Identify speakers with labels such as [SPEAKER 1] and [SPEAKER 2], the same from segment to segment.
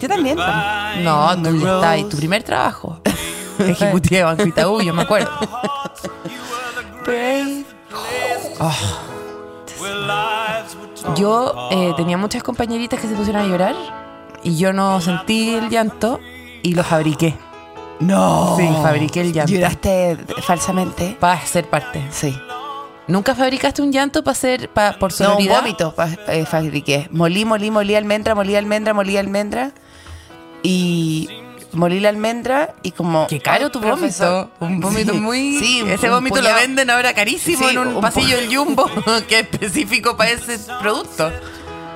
[SPEAKER 1] Yo también.
[SPEAKER 2] Ah.
[SPEAKER 1] Tam-
[SPEAKER 3] No, tú ya estabas ahí, tu primer trabajo. Ejecutiva de Banco Itaú, yo me acuerdo. Oh. Yo eh, tenía muchas compañeritas que se pusieron a llorar y yo no sentí el llanto y lo fabriqué
[SPEAKER 1] No.
[SPEAKER 3] Sí, fabriqué el llanto.
[SPEAKER 1] ¿Lloraste falsamente?
[SPEAKER 3] para ser parte.
[SPEAKER 1] Sí.
[SPEAKER 3] ¿Nunca fabricaste un llanto para ser pa- por
[SPEAKER 1] No, un
[SPEAKER 3] sonoridad?
[SPEAKER 1] vómito fa- eh, fabriqué. Molí, molí, molí almendra, molí almendra, molí almendra. Y molí la almendra y como...
[SPEAKER 3] Qué caro tu
[SPEAKER 1] Ay, profesor.
[SPEAKER 3] vómito. Un vómito
[SPEAKER 1] Sí,
[SPEAKER 3] muy.
[SPEAKER 1] sí, un-
[SPEAKER 3] ese
[SPEAKER 1] un
[SPEAKER 3] vómito lo
[SPEAKER 1] puñado.
[SPEAKER 3] venden ahora carísimo
[SPEAKER 1] Sí,
[SPEAKER 3] en un,
[SPEAKER 1] un
[SPEAKER 3] pasillo
[SPEAKER 1] pu-
[SPEAKER 3] del Jumbo, que es específico para ese producto.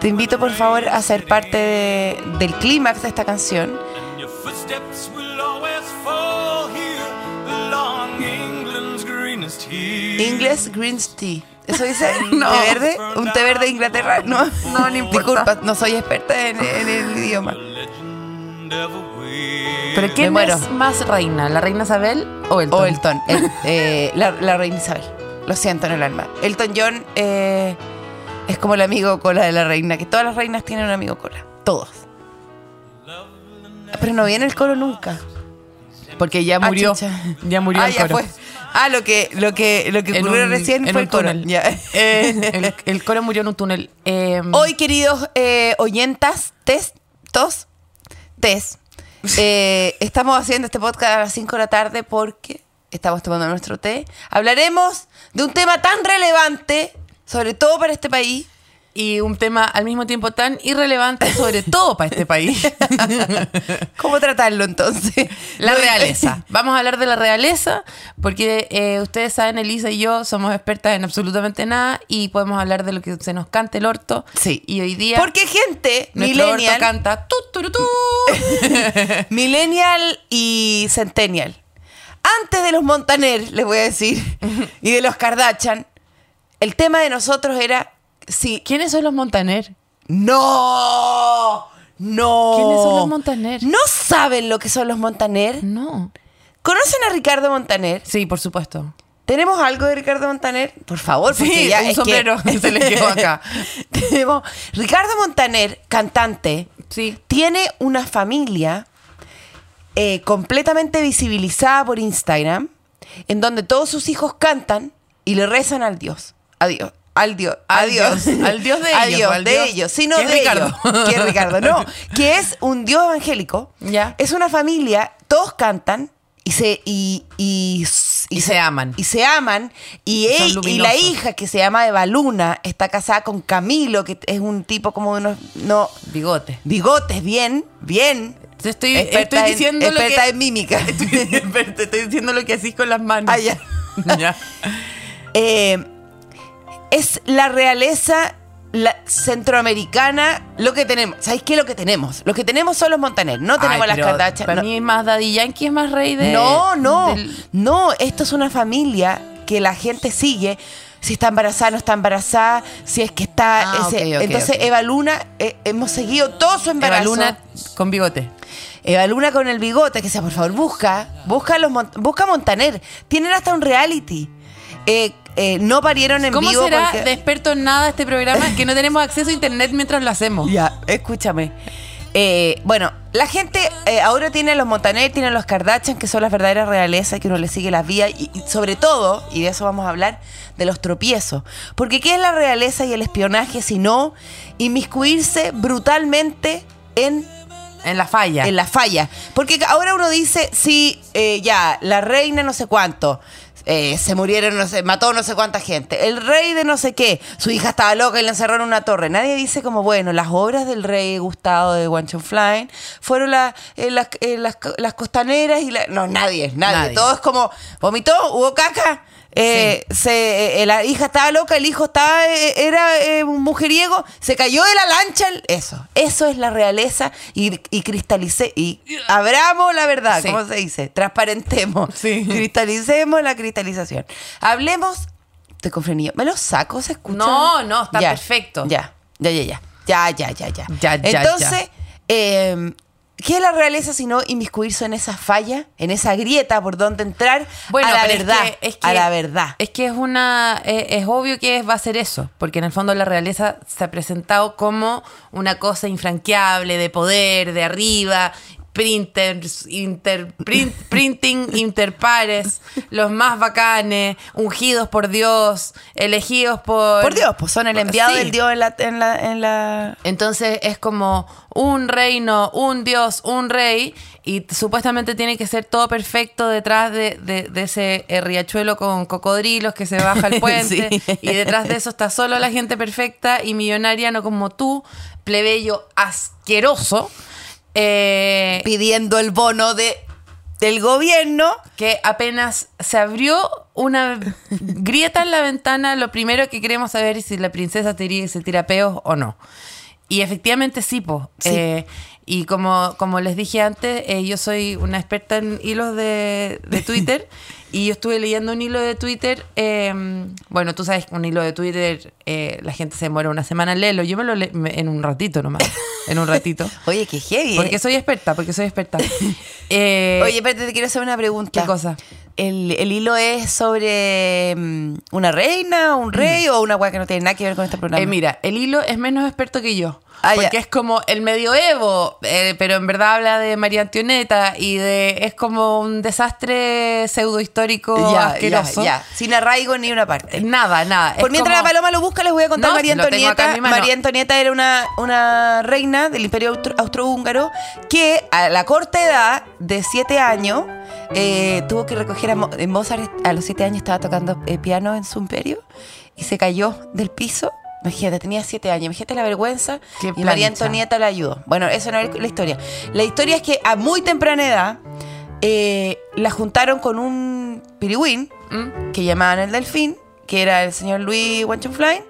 [SPEAKER 1] Te invito por favor a ser parte de- del clímax de esta canción.
[SPEAKER 2] Your footsteps will always fall here along England's greenest hills.
[SPEAKER 1] English Green Tea. ¿Eso dice?
[SPEAKER 3] No.
[SPEAKER 1] ¿Té verde? ¿Un té verde de Inglaterra? No,
[SPEAKER 3] No, no importa.
[SPEAKER 1] Disculpa, no soy experta en, en el idioma.
[SPEAKER 2] Legend ever will.
[SPEAKER 3] Pero ¿quién
[SPEAKER 1] muero.
[SPEAKER 3] es más reina? ¿La reina Isabel o el
[SPEAKER 1] O Oh, Elton. el- eh, la, la reina Isabel. Lo siento en el alma. Elton John eh, es como el amigo cola de la reina, que todas las reinas tienen un amigo cola. Todos. Ah, Pero no viene el coro nunca.
[SPEAKER 3] Porque ya
[SPEAKER 1] Ah,
[SPEAKER 3] murió.
[SPEAKER 1] chucha.
[SPEAKER 3] ya murió
[SPEAKER 1] Ah,
[SPEAKER 3] el
[SPEAKER 1] ya
[SPEAKER 3] coro.
[SPEAKER 1] fue. Ah, lo que, lo que, lo que
[SPEAKER 3] En
[SPEAKER 1] ocurrió
[SPEAKER 3] un-
[SPEAKER 1] recién
[SPEAKER 3] en
[SPEAKER 1] fue
[SPEAKER 3] un
[SPEAKER 1] el coro.
[SPEAKER 3] túnel.
[SPEAKER 1] Ya.
[SPEAKER 3] Eh, El, el coro murió en un túnel. Eh,
[SPEAKER 1] Hoy, queridos eh, oyentas, test, tos, test, eh, estamos haciendo este podcast a las 5 de la tarde porque estamos tomando nuestro té. Hablaremos de un tema tan relevante, sobre todo para este país.
[SPEAKER 3] Y un tema al mismo tiempo tan irrelevante, sobre todo para este país.
[SPEAKER 1] ¿Cómo tratarlo entonces?
[SPEAKER 3] La
[SPEAKER 1] No-
[SPEAKER 3] realeza. Vamos a hablar de la realeza porque eh, ustedes saben, Elisa y yo somos expertas en absolutamente nada y podemos hablar de lo que se nos cante el orto.
[SPEAKER 1] Sí.
[SPEAKER 3] Y hoy día
[SPEAKER 1] Porque gente
[SPEAKER 3] nuestro orto
[SPEAKER 1] millennial,
[SPEAKER 3] canta tu, tu, tu, tu.
[SPEAKER 1] millennial y centennial. Antes de los Montaner, les voy a decir, y de los Kardashian, el tema de nosotros era si
[SPEAKER 3] ¿Quiénes son los Montaner?
[SPEAKER 1] ¡No! ¡No!
[SPEAKER 3] ¿Quiénes son los Montaner? Mm.
[SPEAKER 1] ¿No saben lo que son los Montaner?
[SPEAKER 3] No.
[SPEAKER 1] ¿Conocen a Ricardo Montaner?
[SPEAKER 3] Sí, por supuesto.
[SPEAKER 1] ¿Tenemos algo de Ricardo Montaner? Por favor, porque
[SPEAKER 3] Sí,
[SPEAKER 1] ya
[SPEAKER 3] un
[SPEAKER 1] es que-
[SPEAKER 3] sombrero se le quedó acá.
[SPEAKER 1] Tenemos... Ricardo Montaner, cantante,
[SPEAKER 3] Sí.
[SPEAKER 1] tiene una familia eh, completamente visibilizada por Instagram, en donde todos sus hijos cantan y le rezan al Dios. Adiós. Al Dios,
[SPEAKER 3] Al
[SPEAKER 1] adiós,
[SPEAKER 3] Dios, al Dios de ellos,
[SPEAKER 1] Dios
[SPEAKER 3] al
[SPEAKER 1] de
[SPEAKER 3] Dios-
[SPEAKER 1] ellos, sino
[SPEAKER 3] que es
[SPEAKER 1] de
[SPEAKER 3] Ricardo.
[SPEAKER 1] ellos. Que es Ricardo, no, que es un Dios evangélico.
[SPEAKER 3] Ya.
[SPEAKER 1] Es una familia, todos cantan y se y, y,
[SPEAKER 3] Y se aman.
[SPEAKER 1] y se aman y,
[SPEAKER 3] Son
[SPEAKER 1] él- y la
[SPEAKER 3] luminosos.
[SPEAKER 1] hija que se llama Eva Luna está casada con Camilo que es un tipo como de unos no
[SPEAKER 3] Bigote.
[SPEAKER 1] bigotes bien, bien.
[SPEAKER 3] Te estoy,
[SPEAKER 1] Experta
[SPEAKER 3] estoy
[SPEAKER 1] en-
[SPEAKER 3] diciendo lo
[SPEAKER 1] experta
[SPEAKER 3] que.
[SPEAKER 1] en mímica.
[SPEAKER 3] Estoy, te estoy diciendo lo que hacís con las manos.
[SPEAKER 1] Ah, ya.
[SPEAKER 3] Ya.
[SPEAKER 1] Eh, es la realeza la centroamericana lo que tenemos. ¿Sabéis qué es lo que tenemos? Lo que tenemos son los Montaner, no tenemos
[SPEAKER 3] Ay,
[SPEAKER 1] las
[SPEAKER 3] pero
[SPEAKER 1] Kardashian.
[SPEAKER 3] Para
[SPEAKER 1] no.
[SPEAKER 3] mí es más Daddy Yankee, es más rey de.
[SPEAKER 1] No, no,
[SPEAKER 3] del-
[SPEAKER 1] no, esto es una familia que la gente sigue. Si está embarazada, no está embarazada, si es que está...
[SPEAKER 3] Ah,
[SPEAKER 1] ese-
[SPEAKER 3] ok, ok,
[SPEAKER 1] entonces,
[SPEAKER 3] ok.
[SPEAKER 1] Eva Luna, eh, hemos seguido todo su
[SPEAKER 3] Eva
[SPEAKER 1] embarazo.
[SPEAKER 3] Luna con bigote.
[SPEAKER 1] Eva Luna Eh, con el bigote, que sea, por favor, busca, busca a los Mont- busca a Montaner. Tienen hasta un reality. Eh, eh, no parieron en
[SPEAKER 3] ¿Cómo
[SPEAKER 1] vivo.
[SPEAKER 3] será
[SPEAKER 1] porque-
[SPEAKER 3] de experto en nada este programa que no tenemos acceso a internet mientras lo hacemos?
[SPEAKER 1] Ya, escúchame. Eh, bueno, la gente eh, ahora tiene a los Montaner, tiene a los Kardashian, que son las verdaderas realezas, que uno le sigue las vías, y, y sobre todo, y de eso vamos a hablar, de los tropiezos. Porque ¿qué es la realeza y el espionaje si no inmiscuirse brutalmente en
[SPEAKER 3] En la falla.
[SPEAKER 1] en la falla. Porque ahora uno dice, sí, eh, ya, la reina no sé cuánto, eh, se murieron, no sé, mató no sé cuánta gente, el rey de no sé qué, su hija estaba loca y la encerraron en una torre. Nadie dice como, bueno, las obras del rey Gustavo de Guanchonfline fueron la- eh, las, eh, las, co- las costaneras y la... No, nadie, nadie.
[SPEAKER 3] Nadie.
[SPEAKER 1] Todo es como, vomitó, hubo caca. Eh, se- eh, la hija estaba loca, el hijo estaba, eh, era eh, un mujeriego, se cayó de la lancha. el- Eso, eso es la realeza y, y cristalicé. Y abramos la verdad,
[SPEAKER 3] Sí.
[SPEAKER 1] ¿cómo se dice? Transparentemos.
[SPEAKER 3] Sí.
[SPEAKER 1] Cristalicemos la cristalización. Hablemos. Te confrenillo. ¿Me lo saco? ¿Se escucha?
[SPEAKER 3] No, no, está perfecto.
[SPEAKER 1] Ya, ya, ya, ya. Ya, ya, ya, ya.
[SPEAKER 3] Ya, ya, ya.
[SPEAKER 1] Entonces, eh, ¿qué es la realeza sino inmiscuirse en esa falla, en esa grieta por donde entrar a la
[SPEAKER 3] pero es
[SPEAKER 1] verdad?
[SPEAKER 3] que- es
[SPEAKER 1] a
[SPEAKER 3] que-
[SPEAKER 1] la verdad.
[SPEAKER 3] Es que es una. eh, Es, obvio que va a ser eso, porque en el fondo la realeza se ha presentado como una cosa infranqueable, de poder, de arriba. Printers, inter, print- printing interpares, los más bacanes, ungidos por Dios, elegidos por.
[SPEAKER 1] por Dios, pues son el enviado
[SPEAKER 3] Sí.
[SPEAKER 1] del Dios en la, en la, en la-
[SPEAKER 3] Entonces es como un reino, un dios, un rey, y t- supuestamente tiene que ser todo perfecto detrás de, de- de ese eh, riachuelo con cocodrilos que se baja el puente,
[SPEAKER 1] Sí.
[SPEAKER 3] y detrás de eso está solo la gente perfecta y millonaria, no como tú, plebeyo asqueroso, eh,
[SPEAKER 1] pidiendo el bono de, del gobierno.
[SPEAKER 3] que apenas se abrió una grieta en la ventana, lo primero que queremos saber es si la princesa tiri- se tira peos o no. Y efectivamente sí, po. Eh, y como, como les dije antes, eh, yo soy una experta en hilos de, de Twitter. y yo estuve leyendo un hilo de Twitter. eh, bueno, tú sabes, que un hilo de Twitter, eh, la gente se muere una semana en leerlo. Yo me lo leo en un ratito nomás. En un ratito.
[SPEAKER 1] Oye, qué heavy.
[SPEAKER 3] Porque
[SPEAKER 1] ¿eh?
[SPEAKER 3] soy experta, porque soy experta. Eh,
[SPEAKER 1] Oye, espérate, te quiero hacer una pregunta.
[SPEAKER 3] ¿Qué cosa?
[SPEAKER 1] El, el hilo es sobre mm, una reina, un rey o una weá que no tiene nada que ver con este programa.
[SPEAKER 3] Eh, mira, el hilo es menos experto que yo.
[SPEAKER 1] Ah,
[SPEAKER 3] porque
[SPEAKER 1] ya.
[SPEAKER 3] es como el medioevo, eh, pero en verdad habla de María Antonieta y de es como un desastre pseudohistórico
[SPEAKER 1] ya, ya,
[SPEAKER 3] asqueroso.
[SPEAKER 1] ya. Sin arraigo ni una parte.
[SPEAKER 3] Eh, Nada, nada.
[SPEAKER 1] Por
[SPEAKER 3] Es
[SPEAKER 1] mientras
[SPEAKER 3] como-
[SPEAKER 1] la paloma lo busca, les voy a contar
[SPEAKER 3] No,
[SPEAKER 1] María
[SPEAKER 3] lo tengo acá en
[SPEAKER 1] Antonieta.
[SPEAKER 3] mi mano.
[SPEAKER 1] María Antonieta era una, una reina del imperio austro- austrohúngaro que a la corta edad de 7 años eh, tuvo que recoger a Mo- eh, Mozart. A los 7 años estaba tocando eh, piano en su imperio y se cayó del piso. Imagínate, tenía 7 años. Imagínate la vergüenza.
[SPEAKER 3] Qué
[SPEAKER 1] y María
[SPEAKER 3] plancha.
[SPEAKER 1] Antonieta la ayudó. Bueno, eso no es la historia. La historia es que a muy temprana edad eh, la juntaron con un pirigüín
[SPEAKER 3] Mm.
[SPEAKER 1] que llamaban el delfín, que era el señor Luis Flying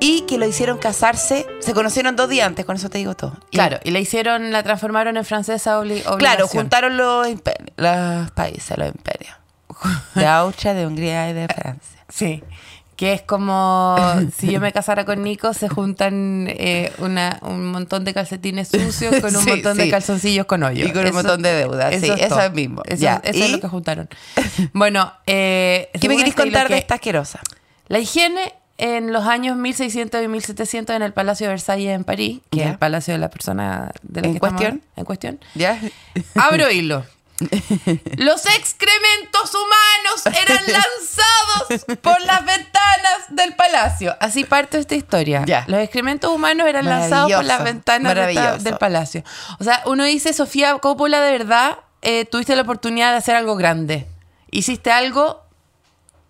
[SPEAKER 1] y que lo hicieron casarse. Se conocieron dos días antes, con eso te digo todo. Y-
[SPEAKER 3] Claro, y la hicieron, la transformaron en francesa obli obligación.
[SPEAKER 1] claro, juntaron los, imperios, los países, los imperios. De Austria, de Hungría y de Francia.
[SPEAKER 3] Sí. Que es como si yo me casara con Nico, se juntan eh, una- un montón de calcetines sucios con un
[SPEAKER 1] Sí,
[SPEAKER 3] montón
[SPEAKER 1] sí.
[SPEAKER 3] de calzoncillos con hoyo.
[SPEAKER 1] Y con un montón de deudas, sí, eso
[SPEAKER 3] todo.
[SPEAKER 1] es mismo.
[SPEAKER 3] Eso,
[SPEAKER 1] Ya,
[SPEAKER 3] eso
[SPEAKER 1] ¿y?
[SPEAKER 3] es lo que juntaron. Bueno, eh,
[SPEAKER 1] ¿Qué me
[SPEAKER 3] según
[SPEAKER 1] querés
[SPEAKER 3] este hilo
[SPEAKER 1] contar de
[SPEAKER 3] que-
[SPEAKER 1] esta asquerosa?
[SPEAKER 3] La higiene en los años 1600 y 1700 en el Palacio de Versalles en París, que
[SPEAKER 1] Ya.
[SPEAKER 3] es el palacio de la persona de la
[SPEAKER 1] ¿En
[SPEAKER 3] que
[SPEAKER 1] cuestión?
[SPEAKER 3] estamos- en cuestión.
[SPEAKER 1] ¿Ya?
[SPEAKER 3] Abro hilo. Los excrementos humanos eran lanzados por las ventanas del palacio. Así parte esta historia.
[SPEAKER 1] Ya.
[SPEAKER 3] Los excrementos humanos eran lanzados por las
[SPEAKER 1] Maravilloso,
[SPEAKER 3] ventanas de esta-
[SPEAKER 1] maravilloso.
[SPEAKER 3] del palacio. O sea, uno dice, Sofía Coppola, de verdad, eh, tuviste la oportunidad de hacer algo grande. Hiciste algo,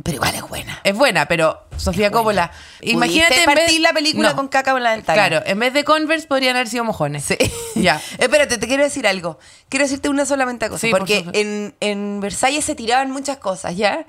[SPEAKER 1] Pero igual es buena.
[SPEAKER 3] es buena, pero Sofía Coppola, imagínate...
[SPEAKER 1] Pudiste
[SPEAKER 3] en vez-
[SPEAKER 1] partir la película
[SPEAKER 3] No.
[SPEAKER 1] con caca por la ventana.
[SPEAKER 3] Claro, en vez de Converse podrían haber sido mojones.
[SPEAKER 1] Sí.
[SPEAKER 3] Ya.
[SPEAKER 1] Espérate, te quiero decir algo. Quiero decirte una solamente cosa.
[SPEAKER 3] Sí, por
[SPEAKER 1] porque
[SPEAKER 3] supuesto. Mm.
[SPEAKER 1] en, en Versalles se tiraban muchas cosas, ¿ya?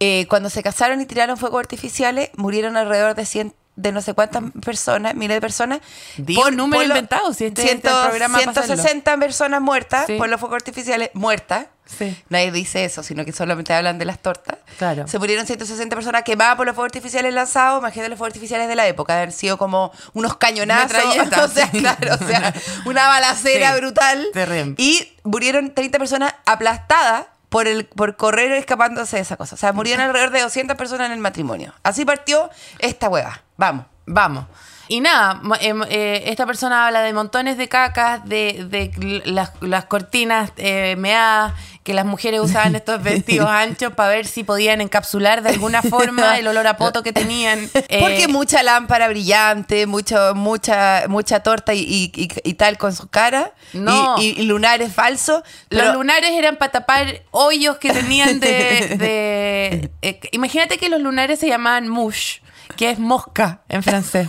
[SPEAKER 1] Eh, cuando se casaron y tiraron fuegos artificiales, murieron alrededor de 100 de no sé cuántas personas, miles de personas.
[SPEAKER 3] Di un número inventado, si este- este programa pasa
[SPEAKER 1] 160 personas muertas
[SPEAKER 3] Sí.
[SPEAKER 1] por los fuegos artificiales, muertas.
[SPEAKER 3] Sí.
[SPEAKER 1] Nadie dice eso, sino que solamente hablan de las tortas.
[SPEAKER 3] Claro.
[SPEAKER 1] Se murieron 160 personas quemadas por los fuegos artificiales lanzados. Imagínate los fuegos artificiales de la época. Haber sido como unos cañonazos.
[SPEAKER 3] Metralletas.
[SPEAKER 1] O sea, claro, o sea, una balacera
[SPEAKER 3] Sí,
[SPEAKER 1] brutal.
[SPEAKER 3] terrible.
[SPEAKER 1] Y murieron 30 personas aplastadas por, el, por correr escapándose de esa cosa. O sea, murieron alrededor de 200 personas en el matrimonio. Así partió esta hueva. Vamos.
[SPEAKER 3] Vamos. Y nada, mo- eh, mo- eh, esta persona habla de montones de cacas, de, de l- las, las cortinas eh, meadas, que las mujeres usaban estos vestidos anchos para ver si podían encapsular de alguna forma el olor a poto que tenían. Eh,
[SPEAKER 1] Porque mucha lámpara brillante, mucho, mucha, mucha torta y, y- y- y tal con su cara.
[SPEAKER 3] No.
[SPEAKER 1] Y, y lunares falsos.
[SPEAKER 3] los
[SPEAKER 1] pero-
[SPEAKER 3] lunares eran para tapar hoyos que tenían de... de- eh, imagínate que los lunares se llamaban mouche, que es mosca en francés.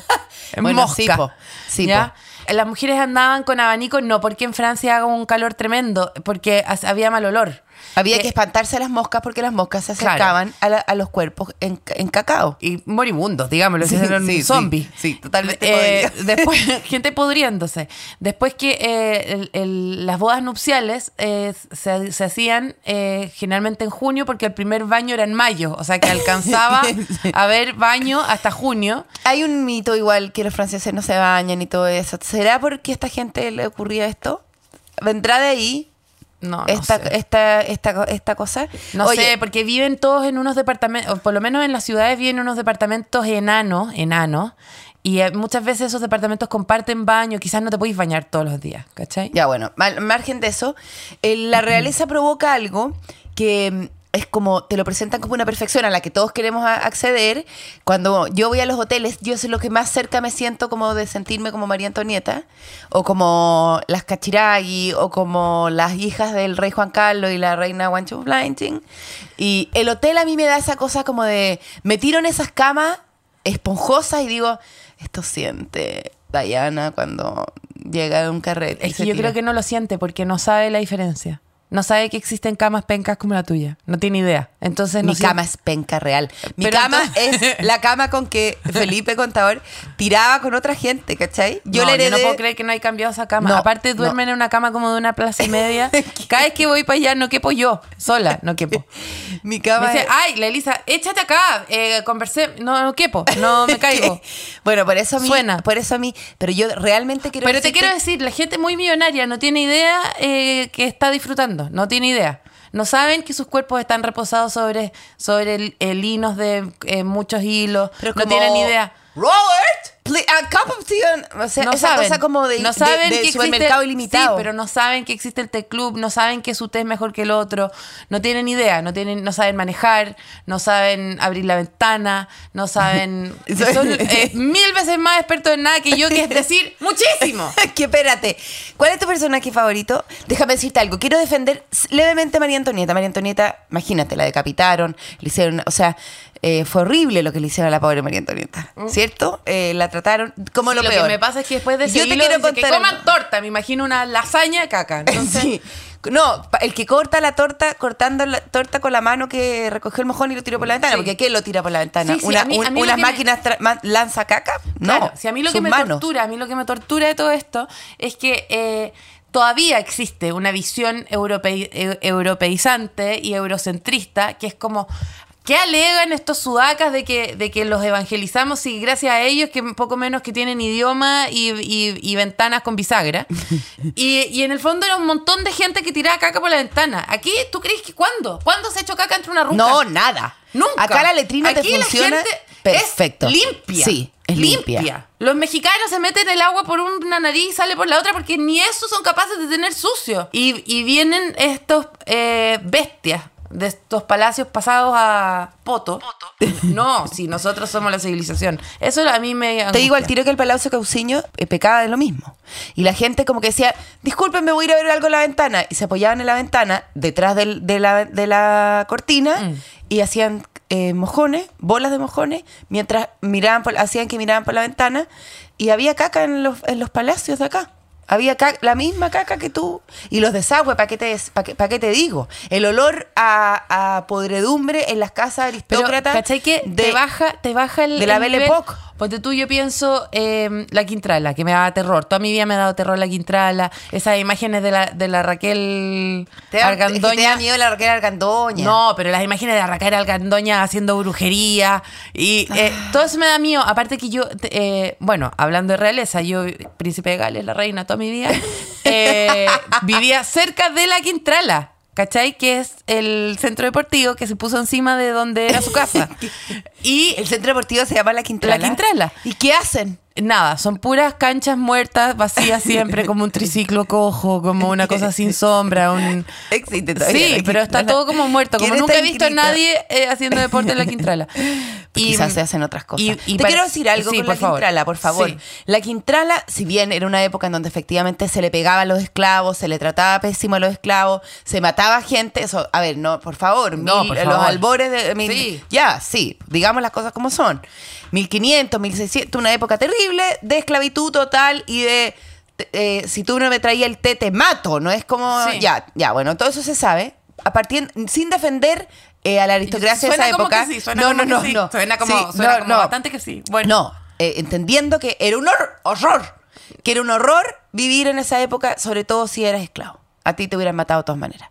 [SPEAKER 3] Es
[SPEAKER 1] Bueno,
[SPEAKER 3] mosca.
[SPEAKER 1] sí, po. Sí,
[SPEAKER 3] ¿ya? Las mujeres andaban con abanicos, no porque en Francia haga un calor tremendo, porque as- había mal olor.
[SPEAKER 1] Había
[SPEAKER 3] Que-
[SPEAKER 1] que espantarse a las moscas porque las moscas se
[SPEAKER 3] Eh, Claro.
[SPEAKER 1] acercaban a, la- a los cuerpos en, en cacao.
[SPEAKER 3] y moribundos, digámoslo,
[SPEAKER 1] Sí,
[SPEAKER 3] si eran
[SPEAKER 1] sí,
[SPEAKER 3] zombies.
[SPEAKER 1] sí, sí, totalmente
[SPEAKER 3] Eh,
[SPEAKER 1] podrida.
[SPEAKER 3] después, gente pudriéndose. Después que eh, el- el- las bodas nupciales eh, se, se hacían eh, generalmente en junio porque el primer baño era en mayo, o sea que alcanzaba a ver baño hasta junio.
[SPEAKER 1] Hay un mito igual que los franceses no se bañan y todo eso. ¿Será porque a esta gente le ocurría esto? ¿Vendrá de ahí
[SPEAKER 3] No, no
[SPEAKER 1] esta,
[SPEAKER 3] sé.
[SPEAKER 1] esta, esta, co- esta cosa?
[SPEAKER 3] No
[SPEAKER 1] Oye,
[SPEAKER 3] sé, porque viven todos en unos departamentos, o por lo menos en las ciudades viven en unos departamentos enanos, enanos, y eh, muchas veces esos departamentos comparten baño, quizás no te podéis bañar todos los días, ¿cachai?
[SPEAKER 1] Ya, bueno, al margen de eso, eh, la realeza provoca algo que mm, es como, te lo presentan como una perfección a la que todos queremos a- acceder. Cuando yo voy a los hoteles, yo es lo que más cerca me siento como de sentirme como María Antonieta, o como las Cachiragui, o como las hijas del rey Juan Carlos y la reina Guancho Blanching. Y el hotel a mí me da esa cosa como de, me tiro en esas camas esponjosas y digo, esto siente Diana cuando llega a un carrete. y
[SPEAKER 3] Es
[SPEAKER 1] se
[SPEAKER 3] que yo
[SPEAKER 1] tira".
[SPEAKER 3] creo que no lo siente porque no sabe la diferencia. No sabe que existen camas pencas como la tuya. No tiene idea. Entonces no
[SPEAKER 1] Mi
[SPEAKER 3] sé-
[SPEAKER 1] cama es penca real. Mi
[SPEAKER 3] Pero
[SPEAKER 1] cama
[SPEAKER 3] entonces-
[SPEAKER 1] es la cama con que Felipe Contador tiraba con otra gente, ¿cachai?
[SPEAKER 3] No, Yo,
[SPEAKER 1] Yo le heredé.
[SPEAKER 3] no puedo creer que no hay cambiado esa cama.
[SPEAKER 1] No,
[SPEAKER 3] Aparte
[SPEAKER 1] no.
[SPEAKER 3] duermen en una cama como de una plaza y media. Cada vez que voy para allá no quepo yo, sola, no quepo.
[SPEAKER 1] Mi
[SPEAKER 3] Me
[SPEAKER 1] cama
[SPEAKER 3] dice,
[SPEAKER 1] es-
[SPEAKER 3] ay, la Elisa, échate acá, eh, conversé, no, no quepo, no me caigo.
[SPEAKER 1] bueno, por eso a mí.
[SPEAKER 3] Suena.
[SPEAKER 1] Por eso a mí. Pero yo realmente quiero
[SPEAKER 3] Pero te
[SPEAKER 1] decirte-
[SPEAKER 3] quiero decir, la gente muy millonaria no tiene idea eh, que está disfrutando, no tiene idea. No saben que sus cuerpos están reposados sobre, sobre el- eh, linos de eh, muchos hilos,
[SPEAKER 1] Pero
[SPEAKER 3] no
[SPEAKER 1] como,
[SPEAKER 3] tienen idea.
[SPEAKER 1] Robert, please, a cup of tea. on-" O sea,
[SPEAKER 3] no
[SPEAKER 1] esa
[SPEAKER 3] saben.
[SPEAKER 1] cosa como de,
[SPEAKER 3] no
[SPEAKER 1] de-
[SPEAKER 3] saben
[SPEAKER 1] de
[SPEAKER 3] que
[SPEAKER 1] supermercado
[SPEAKER 3] existe-
[SPEAKER 1] ilimitado.
[SPEAKER 3] Sí, pero no saben que existe el té club, no saben que su té es mejor que el otro, no tienen idea, no tienen, no saben manejar, no saben abrir la ventana, no saben. son eh, mil veces más expertos en nada que yo, que es decir, muchísimo.
[SPEAKER 1] que espérate. ¿Cuál es tu personaje favorito? Déjame decirte algo. Quiero defender s- levemente a María Antonieta. María Antonieta, imagínate, la decapitaron, le hicieron, o sea, eh, fue horrible lo que le hicieron a la pobre María Antonieta, ¿cierto? Eh, la trataron como lo,
[SPEAKER 3] Mm. lo
[SPEAKER 1] peor.
[SPEAKER 3] que me pasa es que después de ese
[SPEAKER 1] Yo te
[SPEAKER 3] hilo
[SPEAKER 1] quiero
[SPEAKER 3] dice que
[SPEAKER 1] contar
[SPEAKER 3] coman
[SPEAKER 1] algo.
[SPEAKER 3] torta, me imagino una lasaña de caca. Entonces,
[SPEAKER 1] Sí. No, pa- el que corta la torta, cortando la torta con la mano que recogió el mojón y lo tiró por la ventana.
[SPEAKER 3] Mm, Sí.
[SPEAKER 1] Porque ¿qué lo tira por la ventana?
[SPEAKER 3] Sí, sí,
[SPEAKER 1] Una-
[SPEAKER 3] a mí-
[SPEAKER 1] un-
[SPEAKER 3] a mí lo
[SPEAKER 1] ¿Unas
[SPEAKER 3] que me-
[SPEAKER 1] máquinas tra- ma- lanza caca? No.
[SPEAKER 3] Claro, si a mí lo que
[SPEAKER 1] sus
[SPEAKER 3] me
[SPEAKER 1] manos.
[SPEAKER 3] tortura, a mí lo que me tortura de todo esto es que eh, todavía existe una visión europei- eu- europeizante y eurocentrista que es como ¿Qué alegan estos sudacas de que, de que los evangelizamos y gracias a ellos que poco menos que tienen idioma y, y- y ventanas con bisagra? Y, y en el fondo era un montón de gente que tiraba caca por la ventana. Aquí, ¿tú crees que cuándo? ¿Cuándo se ha hecho caca entre una ruca?
[SPEAKER 1] No, nada.
[SPEAKER 3] Nunca.
[SPEAKER 1] Acá la letrina
[SPEAKER 3] Aquí
[SPEAKER 1] te
[SPEAKER 3] la
[SPEAKER 1] funciona
[SPEAKER 3] gente
[SPEAKER 1] perfecto.
[SPEAKER 3] Es limpia.
[SPEAKER 1] Sí, es limpia.
[SPEAKER 3] Los mexicanos se meten el agua por una nariz y sale por la otra porque ni eso son capaces de tener sucio. Y, y vienen estos eh, bestias de estos palacios pasados a Poto. No, si nosotros somos la civilización. Eso a mí me
[SPEAKER 1] Te digo al
[SPEAKER 3] angustia.
[SPEAKER 1] tiro que el Palacio Cauciño eh, pecaba de lo mismo. Y la gente como que decía, disculpen, me voy a ir a ver algo en la ventana. Y se apoyaban en la ventana, detrás del- de, la, de la cortina,
[SPEAKER 3] Mm.
[SPEAKER 1] y hacían eh, mojones, bolas de mojones, mientras miraban por- hacían que miraban por la ventana. Y había caca en los, en los palacios de acá. Había ca- la misma caca que tú. Y los desagües, ¿para qué, te des- pa' qué- pa' qué te digo? El olor a, a podredumbre en las casas
[SPEAKER 3] Pero,
[SPEAKER 1] aristócratas.
[SPEAKER 3] ¿cachai que te
[SPEAKER 1] de-
[SPEAKER 3] baja, te baja el.
[SPEAKER 1] de la
[SPEAKER 3] el
[SPEAKER 1] Belle
[SPEAKER 3] nivel?
[SPEAKER 1] Époque.
[SPEAKER 3] Ponte tú, yo pienso eh, la Quintrala, que me daba terror. Toda mi vida me ha dado terror la Quintrala. Esas imágenes de la, de la Raquel
[SPEAKER 1] Te da, es que te da
[SPEAKER 3] Argandoña.
[SPEAKER 1] miedo la Raquel Argandoña.
[SPEAKER 3] No, pero las imágenes de la Raquel Argandoña haciendo brujería y eh, todo eso me da miedo. Aparte que yo, te- eh, bueno, hablando de realeza, yo, príncipe de Gales, la reina, toda mi vida, eh, vivía cerca de la Quintrala. ¿Cachai? Que es el centro deportivo que se puso encima de donde era su casa. Y
[SPEAKER 1] El centro deportivo se llama La Quintrala.
[SPEAKER 3] La Quintrala.
[SPEAKER 1] ¿Y qué hacen?
[SPEAKER 3] Nada, son puras canchas muertas, vacías siempre, como un triciclo cojo, como una cosa sin sombra, un...
[SPEAKER 1] Existe todavía
[SPEAKER 3] Sí,
[SPEAKER 1] La
[SPEAKER 3] pero está
[SPEAKER 1] Quintrala.
[SPEAKER 3] todo como muerto, como
[SPEAKER 1] ¿Quién
[SPEAKER 3] nunca
[SPEAKER 1] está
[SPEAKER 3] he visto a
[SPEAKER 1] inscrita?
[SPEAKER 3] nadie eh, haciendo deporte en la Quintrala. Pues
[SPEAKER 1] Quizás se hacen otras cosas.
[SPEAKER 3] y- y
[SPEAKER 1] mm, Te
[SPEAKER 3] pare-
[SPEAKER 1] quiero decir algo
[SPEAKER 3] Sí,
[SPEAKER 1] con
[SPEAKER 3] por
[SPEAKER 1] la
[SPEAKER 3] favor.
[SPEAKER 1] Quintrala, por favor.
[SPEAKER 3] Sí.
[SPEAKER 1] La Quintrala, si bien era una época en donde efectivamente se le pegaba a los esclavos, se le trataba pésimo a los esclavos, se mataba gente, eso, a ver, no, por favor,
[SPEAKER 3] No,
[SPEAKER 1] mil-
[SPEAKER 3] por
[SPEAKER 1] los
[SPEAKER 3] favor.
[SPEAKER 1] albores de... mil-
[SPEAKER 3] Sí.
[SPEAKER 1] Ya, sí, digamos las cosas como son. 1500, 1600, una época terrible de esclavitud total y de... te- eh, si tú no me traías el té, te mato, ¿no? Es como...
[SPEAKER 3] Sí.
[SPEAKER 1] Ya, ya, bueno, todo eso se sabe. a partir- sin defender eh, a la aristocracia
[SPEAKER 3] suena
[SPEAKER 1] de esa
[SPEAKER 3] como
[SPEAKER 1] época.
[SPEAKER 3] que sí, suena
[SPEAKER 1] no,
[SPEAKER 3] como
[SPEAKER 1] no, no,
[SPEAKER 3] que sí.
[SPEAKER 1] no.
[SPEAKER 3] Suena como- suena como bastante que sí. Bueno.
[SPEAKER 1] No, eh, entendiendo que era un hor- horror, que era un horror vivir en esa época, sobre todo si eras esclavo. A ti te hubieran matado de todas maneras.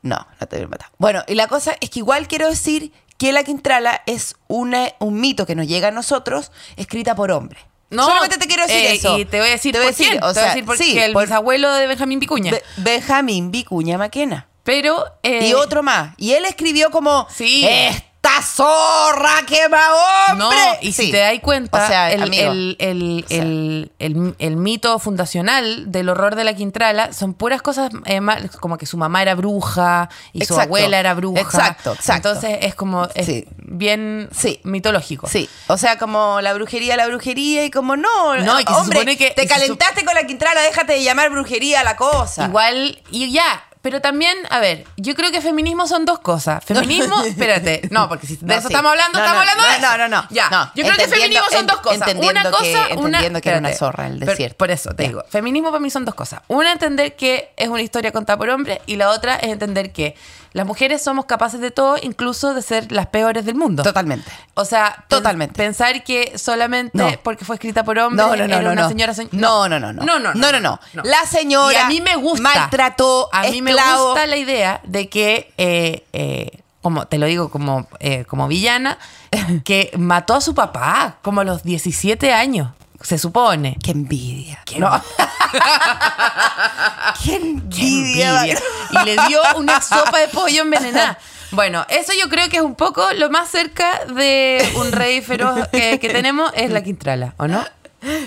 [SPEAKER 1] No, no te hubieran matado. Bueno, y la cosa es que igual quiero decir que la Quintrala es una, un mito que nos llega a nosotros, escrita por hombres. Solamente te quiero decir
[SPEAKER 3] eh,
[SPEAKER 1] eso.
[SPEAKER 3] Y te voy a decir por quién. te
[SPEAKER 1] o
[SPEAKER 3] voy a
[SPEAKER 1] sea,
[SPEAKER 3] decir por
[SPEAKER 1] sí,
[SPEAKER 3] que el
[SPEAKER 1] por
[SPEAKER 3] bisabuelo de Benjamín Vicuña.
[SPEAKER 1] Be- Benjamín Vicuña Maquena.
[SPEAKER 3] pero... eh,
[SPEAKER 1] Y otro más. Y él escribió como
[SPEAKER 3] Sí.
[SPEAKER 1] esta zorra quema hombre.
[SPEAKER 3] No, y si
[SPEAKER 1] Sí.
[SPEAKER 3] te das cuenta,
[SPEAKER 1] O sea,
[SPEAKER 3] el,
[SPEAKER 1] amigo,
[SPEAKER 3] el- el-
[SPEAKER 1] o sea.
[SPEAKER 3] el- el- el mito fundacional del horror de la Quintrala son puras cosas eh, mal- como que su mamá era bruja y su
[SPEAKER 1] Exacto.
[SPEAKER 3] abuela era bruja.
[SPEAKER 1] Exacto, exacto.
[SPEAKER 3] Entonces es como es
[SPEAKER 1] Sí.
[SPEAKER 3] bien
[SPEAKER 1] Sí.
[SPEAKER 3] mitológico.
[SPEAKER 1] Sí, o sea, como la brujería, la brujería y como no,
[SPEAKER 3] No, y que se
[SPEAKER 1] hombre,
[SPEAKER 3] supone que-
[SPEAKER 1] te
[SPEAKER 3] y se
[SPEAKER 1] calentaste con la quintrala, déjate de llamar brujería a la cosa.
[SPEAKER 3] Igual, y ya. Pero también, a ver, yo creo que feminismo son dos cosas. Feminismo, espérate, no, porque si de
[SPEAKER 1] No,
[SPEAKER 3] eso
[SPEAKER 1] sí.
[SPEAKER 3] estamos hablando,
[SPEAKER 1] No,
[SPEAKER 3] estamos
[SPEAKER 1] no,
[SPEAKER 3] hablando de
[SPEAKER 1] no,
[SPEAKER 3] eso.
[SPEAKER 1] no, no, no.
[SPEAKER 3] Ya.
[SPEAKER 1] No,
[SPEAKER 3] Yo creo que
[SPEAKER 1] entendiendo-
[SPEAKER 3] feminismo son dos
[SPEAKER 1] en-
[SPEAKER 3] cosas. Una
[SPEAKER 1] entendiendo
[SPEAKER 3] cosa,
[SPEAKER 1] que-
[SPEAKER 3] una.
[SPEAKER 1] entendiendo que era una
[SPEAKER 3] espérate.
[SPEAKER 1] zorra el
[SPEAKER 3] Per-
[SPEAKER 1] desierto.
[SPEAKER 3] Por eso te
[SPEAKER 1] Ya.
[SPEAKER 3] digo, feminismo para mí son dos cosas. Una, entender que es una historia contada por hombres, y la otra es entender que las mujeres somos capaces de todo, incluso de ser las peores del mundo.
[SPEAKER 1] Totalmente.
[SPEAKER 3] O sea, pen-
[SPEAKER 1] Totalmente.
[SPEAKER 3] pensar que solamente
[SPEAKER 1] No.
[SPEAKER 3] porque fue escrita por hombres
[SPEAKER 1] No, no, no,
[SPEAKER 3] era
[SPEAKER 1] no,
[SPEAKER 3] una
[SPEAKER 1] no.
[SPEAKER 3] señora soñ-
[SPEAKER 1] no, no, no, no,
[SPEAKER 3] No, no, no,
[SPEAKER 1] no.
[SPEAKER 3] no.
[SPEAKER 1] La señora
[SPEAKER 3] Y a mí me gusta.
[SPEAKER 1] maltrató,
[SPEAKER 3] A mí me
[SPEAKER 1] esclavo.
[SPEAKER 3] gusta la idea de que, eh, eh, como te lo digo como, eh, como villana, que mató a su papá como a los 17 años, se supone.
[SPEAKER 1] Qué envidia.
[SPEAKER 3] Que no,
[SPEAKER 1] Qué
[SPEAKER 3] qué envidia. Y le dio una sopa de pollo envenenada. Bueno, eso yo creo que es un poco lo más cerca de un rey feroz que, que tenemos es la Quintrala, ¿o no?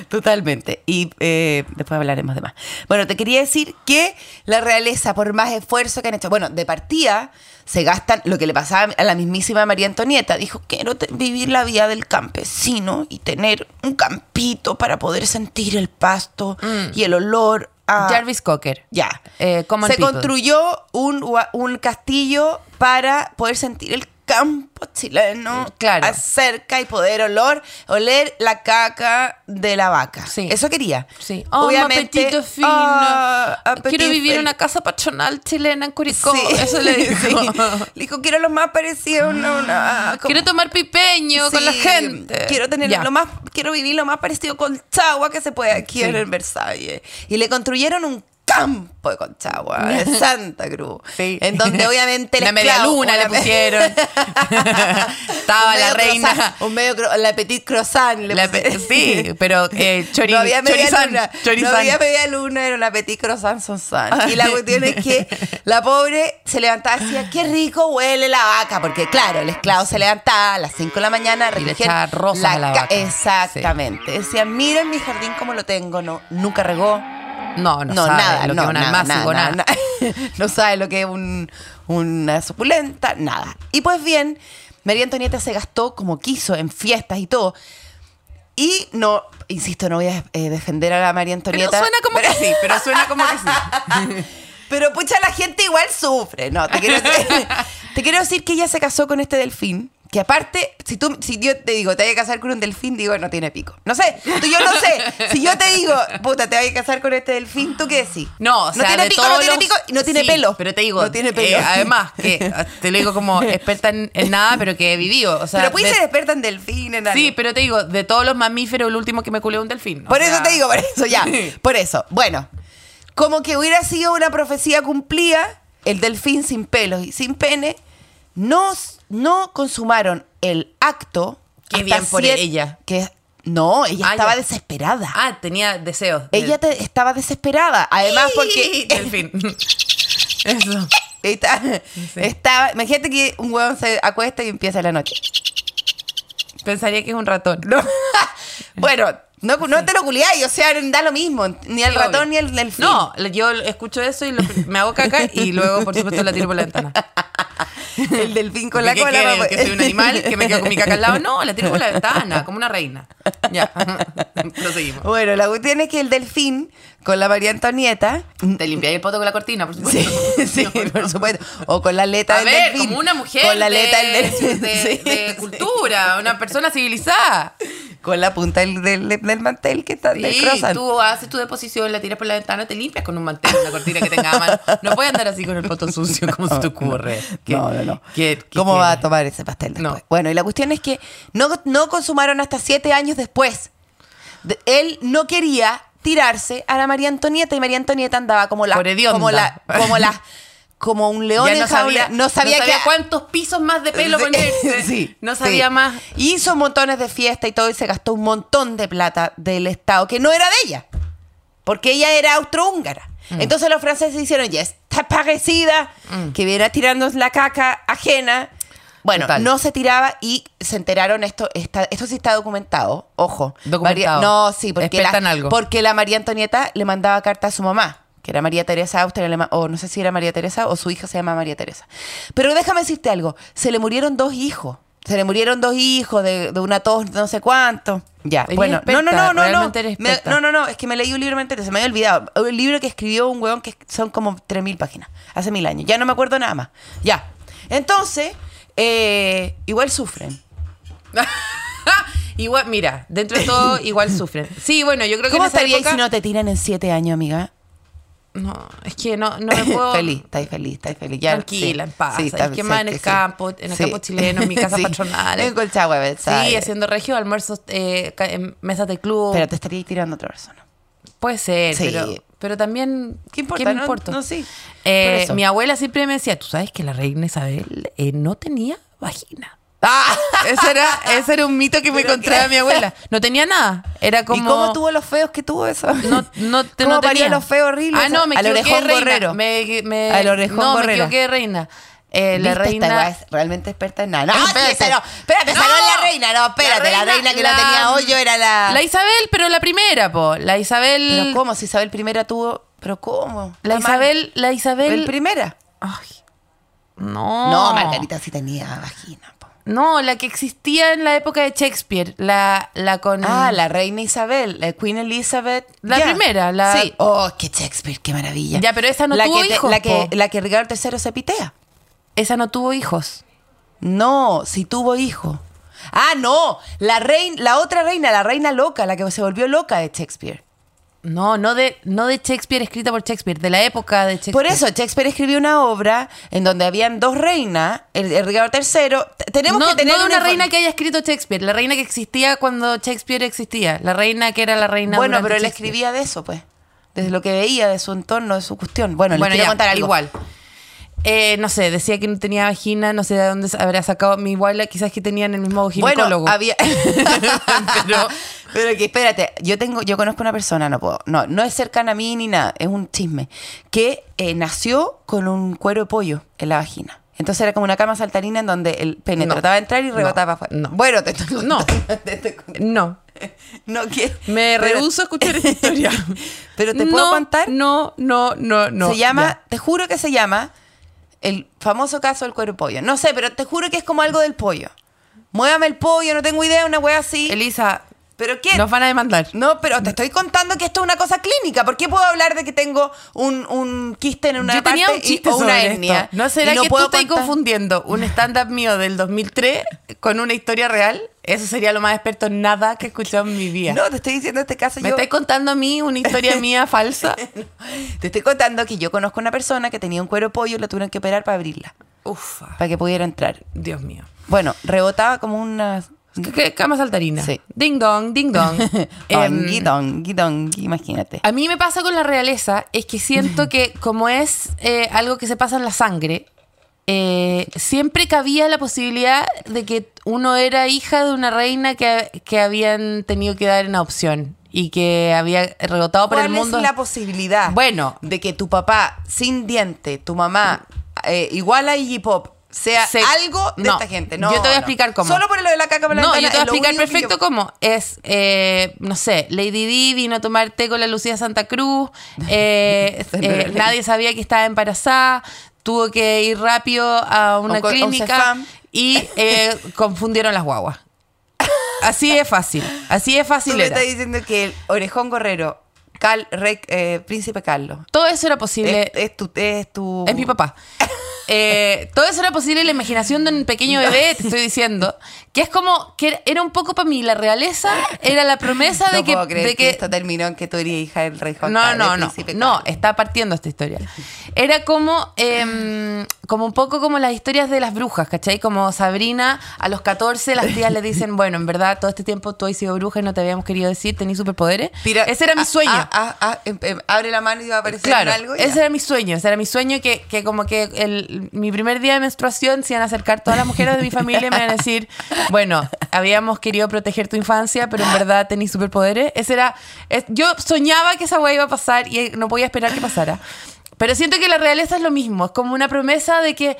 [SPEAKER 1] Totalmente. Y eh, después hablaremos de más. Bueno, te quería decir que la realeza, por más esfuerzo que han hecho, bueno, de partida se gastan lo que le pasaba a la mismísima María Antonieta. Dijo, quiero te- vivir la vida del campesino y tener un campito para poder sentir el pasto y el olor a...
[SPEAKER 3] Jarvis Cocker.
[SPEAKER 1] Ya.
[SPEAKER 3] Eh, Common
[SPEAKER 1] se
[SPEAKER 3] People.
[SPEAKER 1] construyó un, gua- un castillo para poder sentir el campo chileno
[SPEAKER 3] Eh, Claro.
[SPEAKER 1] acerca y poder olor, oler la caca de la vaca.
[SPEAKER 3] Sí.
[SPEAKER 1] Eso quería.
[SPEAKER 3] Sí. Oh, Obviamente, fino.
[SPEAKER 1] ah, apetito
[SPEAKER 3] Quiero vivir en
[SPEAKER 1] fino.
[SPEAKER 3] una casa patronal chilena en Curicó.
[SPEAKER 1] Sí.
[SPEAKER 3] Eso le dijo.
[SPEAKER 1] Sí. Le dijo, quiero lo más parecido a una... una- como-
[SPEAKER 3] Quiero tomar pipeño con la
[SPEAKER 1] Sí,
[SPEAKER 3] gente.
[SPEAKER 1] Quiero tener
[SPEAKER 3] Ya.
[SPEAKER 1] lo más, quiero vivir lo más parecido con Chagua que se puede aquí en
[SPEAKER 3] Sí.
[SPEAKER 1] el Versalles. Y le construyeron un campo de Conchagua, de Santa Cruz.
[SPEAKER 3] Sí.
[SPEAKER 1] En donde obviamente el
[SPEAKER 3] Una media
[SPEAKER 1] esclavo-
[SPEAKER 3] luna le
[SPEAKER 1] una-
[SPEAKER 3] pusieron. Estaba
[SPEAKER 1] un
[SPEAKER 3] la
[SPEAKER 1] medio
[SPEAKER 3] reina.
[SPEAKER 1] croissant, un medio cro- la petit croissant le
[SPEAKER 3] La pe-
[SPEAKER 1] pusieron.
[SPEAKER 3] sí, pero eh, chori-
[SPEAKER 1] no había media
[SPEAKER 3] chorizán,
[SPEAKER 1] luna.
[SPEAKER 3] chorizán.
[SPEAKER 1] No había media luna, era una petit croissant sonsan. Y la cuestión es que la pobre se levantaba y decía, qué rico huele la vaca. Porque claro, el esclavo se levantaba a las 5 de la mañana,
[SPEAKER 3] le
[SPEAKER 1] recogía
[SPEAKER 3] echaba rosas a la
[SPEAKER 1] ca-
[SPEAKER 3] vaca.
[SPEAKER 1] Exactamente. Decía, miren mi jardín como lo tengo. No, nunca regó.
[SPEAKER 3] no, no,
[SPEAKER 1] No,
[SPEAKER 3] sabe
[SPEAKER 1] nada,
[SPEAKER 3] lo que
[SPEAKER 1] no,
[SPEAKER 3] es un
[SPEAKER 1] nada,
[SPEAKER 3] almácigo,
[SPEAKER 1] nada,
[SPEAKER 3] nada.
[SPEAKER 1] nada. no sabe lo que es un- una suculenta, nada. Y pues bien, María Antonieta se gastó como quiso en fiestas y todo. Y no, insisto, no voy a eh, defender a la María
[SPEAKER 3] Pero
[SPEAKER 1] Antonieta.
[SPEAKER 3] suena como que sí, pero suena como que sí.
[SPEAKER 1] Pero pucha, la gente igual sufre. No, te quiero, te quiero decir que ella se casó con este delfín. Que aparte, si tú, si yo te digo, te voy a casar con un delfín, digo, no tiene pico. No sé, tú, yo no sé. Si yo te digo, puta, te voy a casar con este delfín, ¿tú qué decís?
[SPEAKER 3] No, o sea,
[SPEAKER 1] no tiene
[SPEAKER 3] de
[SPEAKER 1] pico,
[SPEAKER 3] todos
[SPEAKER 1] no tiene
[SPEAKER 3] los-
[SPEAKER 1] pico, y no tiene
[SPEAKER 3] Sí,
[SPEAKER 1] pelo.
[SPEAKER 3] Pero te digo,
[SPEAKER 1] no tiene pelo.
[SPEAKER 3] eh, además, que te lo digo como experta en, en nada, pero que he vivido. O sea,
[SPEAKER 1] pero puedes
[SPEAKER 3] de-
[SPEAKER 1] ser experta en delfín, en
[SPEAKER 3] Sí,
[SPEAKER 1] algo.
[SPEAKER 3] pero te digo, de todos los mamíferos, el último que me culé es un delfín. o
[SPEAKER 1] Por
[SPEAKER 3] sea,
[SPEAKER 1] eso te digo, por eso ya. Por eso. Bueno, como que hubiera sido una profecía cumplida, el delfín sin pelos y sin pene, no, no consumaron el acto.
[SPEAKER 3] Qué
[SPEAKER 1] hasta
[SPEAKER 3] bien por
[SPEAKER 1] siete-
[SPEAKER 3] ella.
[SPEAKER 1] Que, no, ella
[SPEAKER 3] Ah,
[SPEAKER 1] estaba
[SPEAKER 3] ya.
[SPEAKER 1] desesperada.
[SPEAKER 3] Ah, tenía deseos. de-
[SPEAKER 1] Ella te- estaba desesperada. Además, porque.
[SPEAKER 3] Delfín. Eso.
[SPEAKER 1] Está- estaba, imagínate que un huevón se acuesta y empieza la noche.
[SPEAKER 3] Pensaría que es un ratón.
[SPEAKER 1] No. bueno, no, no te lo culiáis, o sea, da lo mismo. Ni el
[SPEAKER 3] Sí,
[SPEAKER 1] ratón
[SPEAKER 3] obvio.
[SPEAKER 1] ni el delfín.
[SPEAKER 3] No, yo escucho eso y lo- me hago caca y luego, por supuesto, la tiro por la ventana.
[SPEAKER 1] El delfín con la
[SPEAKER 3] ¿Qué
[SPEAKER 1] cola.
[SPEAKER 3] quieren?
[SPEAKER 1] pues. papá.
[SPEAKER 3] ¿Que soy un animal? ¿Que me quedo con mi caca al lado? No, la tiro por la ventana, como una reina. Ya, proseguimos.
[SPEAKER 1] Bueno, la cuestión es que el delfín con la María Antonieta.
[SPEAKER 3] Te limpiáis el poto con la cortina, por supuesto.
[SPEAKER 1] Sí, Mm. sí, por supuesto. O con la aleta
[SPEAKER 3] A
[SPEAKER 1] del
[SPEAKER 3] ver,
[SPEAKER 1] delfín.
[SPEAKER 3] como una mujer
[SPEAKER 1] Con la aleta
[SPEAKER 3] de,
[SPEAKER 1] del delfín.
[SPEAKER 3] de-
[SPEAKER 1] sí.
[SPEAKER 3] de cultura, una persona civilizada.
[SPEAKER 1] con la punta del, del- del mantel que está del
[SPEAKER 3] Sí,
[SPEAKER 1] croissant.
[SPEAKER 3] tú haces tu deposición, la tiras por la ventana, te limpias con un mantel, una cortina que tenga a mano. No puedes andar así con el poto sucio, como se te ocurre. ¿Qué-
[SPEAKER 1] no, no, no.
[SPEAKER 3] qué- qué
[SPEAKER 1] ¿Cómo va a
[SPEAKER 3] quieres?
[SPEAKER 1] tomar ese pastel después?
[SPEAKER 3] No.
[SPEAKER 1] Bueno, y la cuestión es que no, no consumaron hasta siete años después. De- él no quería tirarse a la María Antonieta y María Antonieta andaba como la...
[SPEAKER 3] Por hedionda.
[SPEAKER 1] Como la... Como la como un león
[SPEAKER 3] Ya no
[SPEAKER 1] enjaulado.
[SPEAKER 3] sabía, no sabía,
[SPEAKER 1] qué-
[SPEAKER 3] cuántos pisos más de pelo
[SPEAKER 1] Sí,
[SPEAKER 3] ponerse.
[SPEAKER 1] sí,
[SPEAKER 3] no sabía
[SPEAKER 1] sí.
[SPEAKER 3] más.
[SPEAKER 1] Hizo montones de fiesta y todo y se gastó un montón de plata del Estado que no era de ella, porque ella era austrohúngara.
[SPEAKER 3] Mm.
[SPEAKER 1] Entonces los franceses hicieron, ya está parecida, que viera tirándonos la caca ajena. Bueno,
[SPEAKER 3] Total.
[SPEAKER 1] no se tiraba y se enteraron esto. está- esto sí está documentado, ojo.
[SPEAKER 3] Documentado.
[SPEAKER 1] María- no, sí, porque la,
[SPEAKER 3] Expertan algo.
[SPEAKER 1] porque la María Antonieta le mandaba carta a su mamá, que era María Teresa Austria, le ma- o no sé si era María Teresa o su hija se llama María Teresa. Pero déjame decirte algo, se le murieron dos hijos. Se le murieron dos hijos de, de una tos, no sé cuánto. Ya,
[SPEAKER 3] Eres
[SPEAKER 1] bueno.
[SPEAKER 3] experta,
[SPEAKER 1] no, no, no, no, no.
[SPEAKER 3] realmente eres
[SPEAKER 1] Me-
[SPEAKER 3] experta.
[SPEAKER 1] no, no, no, es que me leí un libro, me enteré, se me había olvidado. Un libro que escribió un huevón que son como 3.000 páginas, hace mil años. Ya no me acuerdo nada más. Ya. Entonces, eh, igual sufren.
[SPEAKER 3] Igual, mira, dentro de todo igual sufren. Sí, bueno, yo creo que
[SPEAKER 1] ¿Cómo
[SPEAKER 3] en esa
[SPEAKER 1] estarías
[SPEAKER 3] época-
[SPEAKER 1] si no te tiran en siete años, amiga?
[SPEAKER 3] No, es que no, no me puedo...
[SPEAKER 1] feliz, estáis feliz, estáis feliz. Ya,
[SPEAKER 3] Tranquila, en paz.
[SPEAKER 1] está-
[SPEAKER 3] Es que más en el
[SPEAKER 1] sí.
[SPEAKER 3] campo, en el
[SPEAKER 1] Sí.
[SPEAKER 3] campo chileno, en mi casa
[SPEAKER 1] Sí.
[SPEAKER 3] patronal.
[SPEAKER 1] En Colchagua, ¿verdad?
[SPEAKER 3] Sí, haciendo regio, almuerzos eh, ca- en mesas de club.
[SPEAKER 1] Pero te estaría tirando a otra persona.
[SPEAKER 3] Puede ser,
[SPEAKER 1] Sí.
[SPEAKER 3] pero, pero también.
[SPEAKER 1] ¿Qué importa?
[SPEAKER 3] me
[SPEAKER 1] No-
[SPEAKER 3] importa?
[SPEAKER 1] no, sí.
[SPEAKER 3] Eh,
[SPEAKER 1] Por eso.
[SPEAKER 3] mi abuela siempre me decía: ¿Tú sabes que la reina Isabel eh, no tenía vagina?
[SPEAKER 1] Ah.
[SPEAKER 3] ese, era, ese era un mito que me encontraba mi abuela. No tenía nada. Era como.
[SPEAKER 1] ¿Y cómo tuvo los feos que tuvo eso?
[SPEAKER 3] No, no, te-
[SPEAKER 1] ¿Cómo
[SPEAKER 3] no
[SPEAKER 1] parió
[SPEAKER 3] tenía.
[SPEAKER 1] los feos horribles?
[SPEAKER 3] Ah, no, me
[SPEAKER 1] Al
[SPEAKER 3] equivoqué de
[SPEAKER 1] orejón
[SPEAKER 3] reina.
[SPEAKER 1] gorrero.
[SPEAKER 3] Me, me,
[SPEAKER 1] Al orejón
[SPEAKER 3] no, me
[SPEAKER 1] gorrero.
[SPEAKER 3] equivoqué de reina. Eh, la
[SPEAKER 1] ¿Viste? Esta
[SPEAKER 3] reina... Ah,
[SPEAKER 1] weá es realmente experta en nada. No,
[SPEAKER 3] Espérate.
[SPEAKER 1] espérate, no, espérate,
[SPEAKER 3] No.
[SPEAKER 1] salió la reina. No, espérate, la reina, que no
[SPEAKER 3] la-
[SPEAKER 1] tenía hoyo era la...
[SPEAKER 3] La Isabel, pero la primera, po. La Isabel.
[SPEAKER 1] Pero ¿cómo? Si Isabel primera tuvo... ¿Pero cómo?
[SPEAKER 3] La
[SPEAKER 1] Está mal.
[SPEAKER 3] Isabel, la Isabel.
[SPEAKER 1] ¿El primera?
[SPEAKER 3] Ay. No.
[SPEAKER 1] No, Margarita sí tenía vagina. po.
[SPEAKER 3] No, la que existía en la época de Shakespeare. La, la con.
[SPEAKER 1] Ah, la reina Isabel, la Queen Elizabeth.
[SPEAKER 3] Mm. La primera, la-
[SPEAKER 1] Sí. Oh, qué Shakespeare, qué maravilla.
[SPEAKER 3] Ya, pero esa no
[SPEAKER 1] la
[SPEAKER 3] tuvo
[SPEAKER 1] que te-
[SPEAKER 3] hijos,
[SPEAKER 1] la, que,
[SPEAKER 3] po.
[SPEAKER 1] la que Ricardo III se pitea.
[SPEAKER 3] Esa no tuvo hijos.
[SPEAKER 1] No, si tuvo hijo. Ah, no, la reina, la otra reina, la reina loca, la que se volvió loca de Shakespeare.
[SPEAKER 3] No, no de, no de Shakespeare escrita por Shakespeare, de la época de Shakespeare.
[SPEAKER 1] Por eso Shakespeare escribió una obra en donde habían dos reinas, el, el Ricardo III. T- Tenemos
[SPEAKER 3] no,
[SPEAKER 1] que tener
[SPEAKER 3] no de una reina
[SPEAKER 1] que
[SPEAKER 3] que haya escrito Shakespeare, la reina que existía cuando Shakespeare existía, la reina que era la reina.
[SPEAKER 1] Bueno,
[SPEAKER 3] durante
[SPEAKER 1] pero él
[SPEAKER 3] Shakespeare.
[SPEAKER 1] escribía de eso, pues. Desde lo que veía, de su entorno, de su cuestión. Bueno, les quiero
[SPEAKER 3] ya,
[SPEAKER 1] contar algo.
[SPEAKER 3] Igual. Eh, no sé, decía que no tenía vagina, no sé de dónde habrá sacado mi abuela, quizás que tenían el mismo ginecólogo.
[SPEAKER 1] Bueno, había...
[SPEAKER 3] Pero-
[SPEAKER 1] pero, que espérate, yo tengo, yo conozco una persona, no puedo, no, no es cercana a mí ni nada, es un chisme, que eh, nació con un cuero de pollo en la vagina. Entonces era como una cama saltarina en donde el pene
[SPEAKER 3] No.
[SPEAKER 1] trataba de entrar y rebotaba para afuera.
[SPEAKER 3] no.
[SPEAKER 1] Bueno, te estoy
[SPEAKER 3] No.
[SPEAKER 1] contando, te estoy contando.
[SPEAKER 3] No.
[SPEAKER 1] No quiero.
[SPEAKER 3] Me
[SPEAKER 1] pero-
[SPEAKER 3] rehúso a escuchar esta historia.
[SPEAKER 1] Pero te puedo
[SPEAKER 3] No,
[SPEAKER 1] contar.
[SPEAKER 3] No, no, no, no.
[SPEAKER 1] se llama,
[SPEAKER 3] ya.
[SPEAKER 1] te juro que se llama el famoso caso del cuero de pollo. No sé, pero te juro que es como algo del pollo. Muévame el pollo, no tengo idea, una wea así.
[SPEAKER 3] Elisa,
[SPEAKER 1] ¿Pero qué?
[SPEAKER 3] nos van a demandar.
[SPEAKER 1] No, pero te estoy contando que esto es una cosa clínica. ¿Por qué puedo hablar de que tengo un, un quiste en una
[SPEAKER 3] Yo
[SPEAKER 1] parte
[SPEAKER 3] tenía un
[SPEAKER 1] y-
[SPEAKER 3] chiste
[SPEAKER 1] o una
[SPEAKER 3] sobre
[SPEAKER 1] hernia?
[SPEAKER 3] esto. ¿No será
[SPEAKER 1] y
[SPEAKER 3] que
[SPEAKER 1] puedo
[SPEAKER 3] tú estás
[SPEAKER 1] contar?
[SPEAKER 3] confundiendo un stand-up mío del 2003 con una historia real? Eso sería lo más experto en nada que he escuchado en mi vida.
[SPEAKER 1] No, te estoy diciendo este caso.
[SPEAKER 3] ¿Me
[SPEAKER 1] yo
[SPEAKER 3] estás contando a mí una historia mía falsa?
[SPEAKER 1] te estoy contando que yo conozco una persona que tenía un cuero de pollo y la tuvieron que operar para abrirla,
[SPEAKER 3] Ufa,
[SPEAKER 1] para que pudiera entrar.
[SPEAKER 3] Dios mío.
[SPEAKER 1] Bueno, rebotaba como una...
[SPEAKER 3] C- c- Cama saltarina.
[SPEAKER 1] Sí.
[SPEAKER 3] Ding dong, ding dong. Em,
[SPEAKER 1] Dongui, dongui, dongui, imagínate.
[SPEAKER 3] a mí me pasa con la realeza, es que siento que como es eh, algo que se pasa en la sangre, eh, siempre cabía la posibilidad de que uno era hija de una reina que, que habían tenido que dar en adopción y que había rebotado por
[SPEAKER 1] ¿Cuál
[SPEAKER 3] el mundo.
[SPEAKER 1] es la posibilidad
[SPEAKER 3] Bueno.
[SPEAKER 1] de que tu papá sin diente, tu mamá eh, igual a Iggy Pop, sea
[SPEAKER 3] Se-
[SPEAKER 1] algo de
[SPEAKER 3] no,
[SPEAKER 1] esta gente? No,
[SPEAKER 3] yo te voy a
[SPEAKER 1] no.
[SPEAKER 3] explicar cómo.
[SPEAKER 1] Solo por lo de la caca por la
[SPEAKER 3] no,
[SPEAKER 1] ventana
[SPEAKER 3] yo te voy a
[SPEAKER 1] es lo
[SPEAKER 3] explicar
[SPEAKER 1] único que
[SPEAKER 3] perfecto
[SPEAKER 1] yo-
[SPEAKER 3] cómo. Es, eh, no sé, Lady Di vino a tomar té con la Lucía Santa Cruz, eh,
[SPEAKER 1] Esa es la
[SPEAKER 3] eh,
[SPEAKER 1] ley.
[SPEAKER 3] nadie sabía que estaba embarazada, tuvo que ir rápido a una
[SPEAKER 1] co- a un
[SPEAKER 3] clínica
[SPEAKER 1] Cefam.
[SPEAKER 3] y eh, confundieron las guaguas. Así es fácil, así es
[SPEAKER 1] Tú
[SPEAKER 3] fácil.
[SPEAKER 1] me
[SPEAKER 3] era.
[SPEAKER 1] estás diciendo que el orejón gorrero, Cal- Rey- eh, Príncipe Carlos,
[SPEAKER 3] Todo eso era
[SPEAKER 1] es,
[SPEAKER 3] posible.
[SPEAKER 1] es tu, es tu...
[SPEAKER 3] Es mi papá. eh, todo eso era posible en la imaginación de un pequeño bebé, te estoy diciendo. Que es como que era un poco para mí, la realeza era la promesa de
[SPEAKER 1] no
[SPEAKER 3] que,
[SPEAKER 1] puedo creer
[SPEAKER 3] de
[SPEAKER 1] que, esto terminó en que tú eres hija del rey Juan
[SPEAKER 3] no,
[SPEAKER 1] Carlos,
[SPEAKER 3] no,
[SPEAKER 1] del
[SPEAKER 3] no.
[SPEAKER 1] príncipe
[SPEAKER 3] No,
[SPEAKER 1] Carlos.
[SPEAKER 3] está partiendo esta historia. Era como, em, como un poco como las historias de las brujas, ¿cachai? Como Sabrina, a los 14 las tías le dicen, bueno, en verdad, todo este tiempo tú has sido bruja y no te habíamos querido decir, tenías superpoderes.
[SPEAKER 1] Tira-
[SPEAKER 3] Ese era mi
[SPEAKER 1] ah,
[SPEAKER 3] sueño.
[SPEAKER 1] ah, ah, ah, em- em, abre la mano y va a aparecer
[SPEAKER 3] Claro,
[SPEAKER 1] algo. ya.
[SPEAKER 3] ese era mi sueño, ese era mi sueño que, que como que el, mi primer día de menstruación se iban a acercar todas las mujeres de mi familia y me iban a decir, bueno, habíamos querido proteger tu infancia, pero en verdad tenés superpoderes. Ese era, es- yo soñaba que esa weá iba a pasar y no podía esperar que pasara. Pero siento que la realeza es lo mismo, es como una promesa de que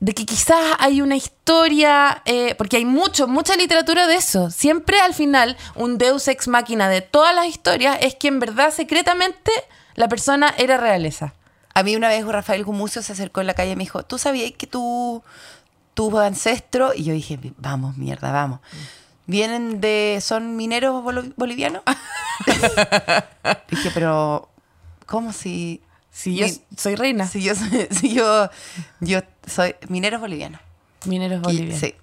[SPEAKER 3] de que quizás hay una historia, eh, porque hay mucho, mucha literatura de eso. Siempre al final, un deus ex máquina de todas las historias es que en verdad, secretamente, la persona era realeza.
[SPEAKER 1] A mí una vez Rafael Gumucio se acercó en la calle y me dijo, ¿tú sabías que tu, tus ancestros? Y yo dije, vamos, mierda, vamos.
[SPEAKER 3] Mm.
[SPEAKER 1] ¿Vienen de, son mineros bolo- bolivianos? dije, pero, ¿cómo si...
[SPEAKER 3] Si yo
[SPEAKER 1] mi-
[SPEAKER 3] soy reina.
[SPEAKER 1] si yo, soy- si yo, yo soy mineros bolivianos.
[SPEAKER 3] Mineros
[SPEAKER 1] Y-
[SPEAKER 3] bolivianos.
[SPEAKER 1] Sí.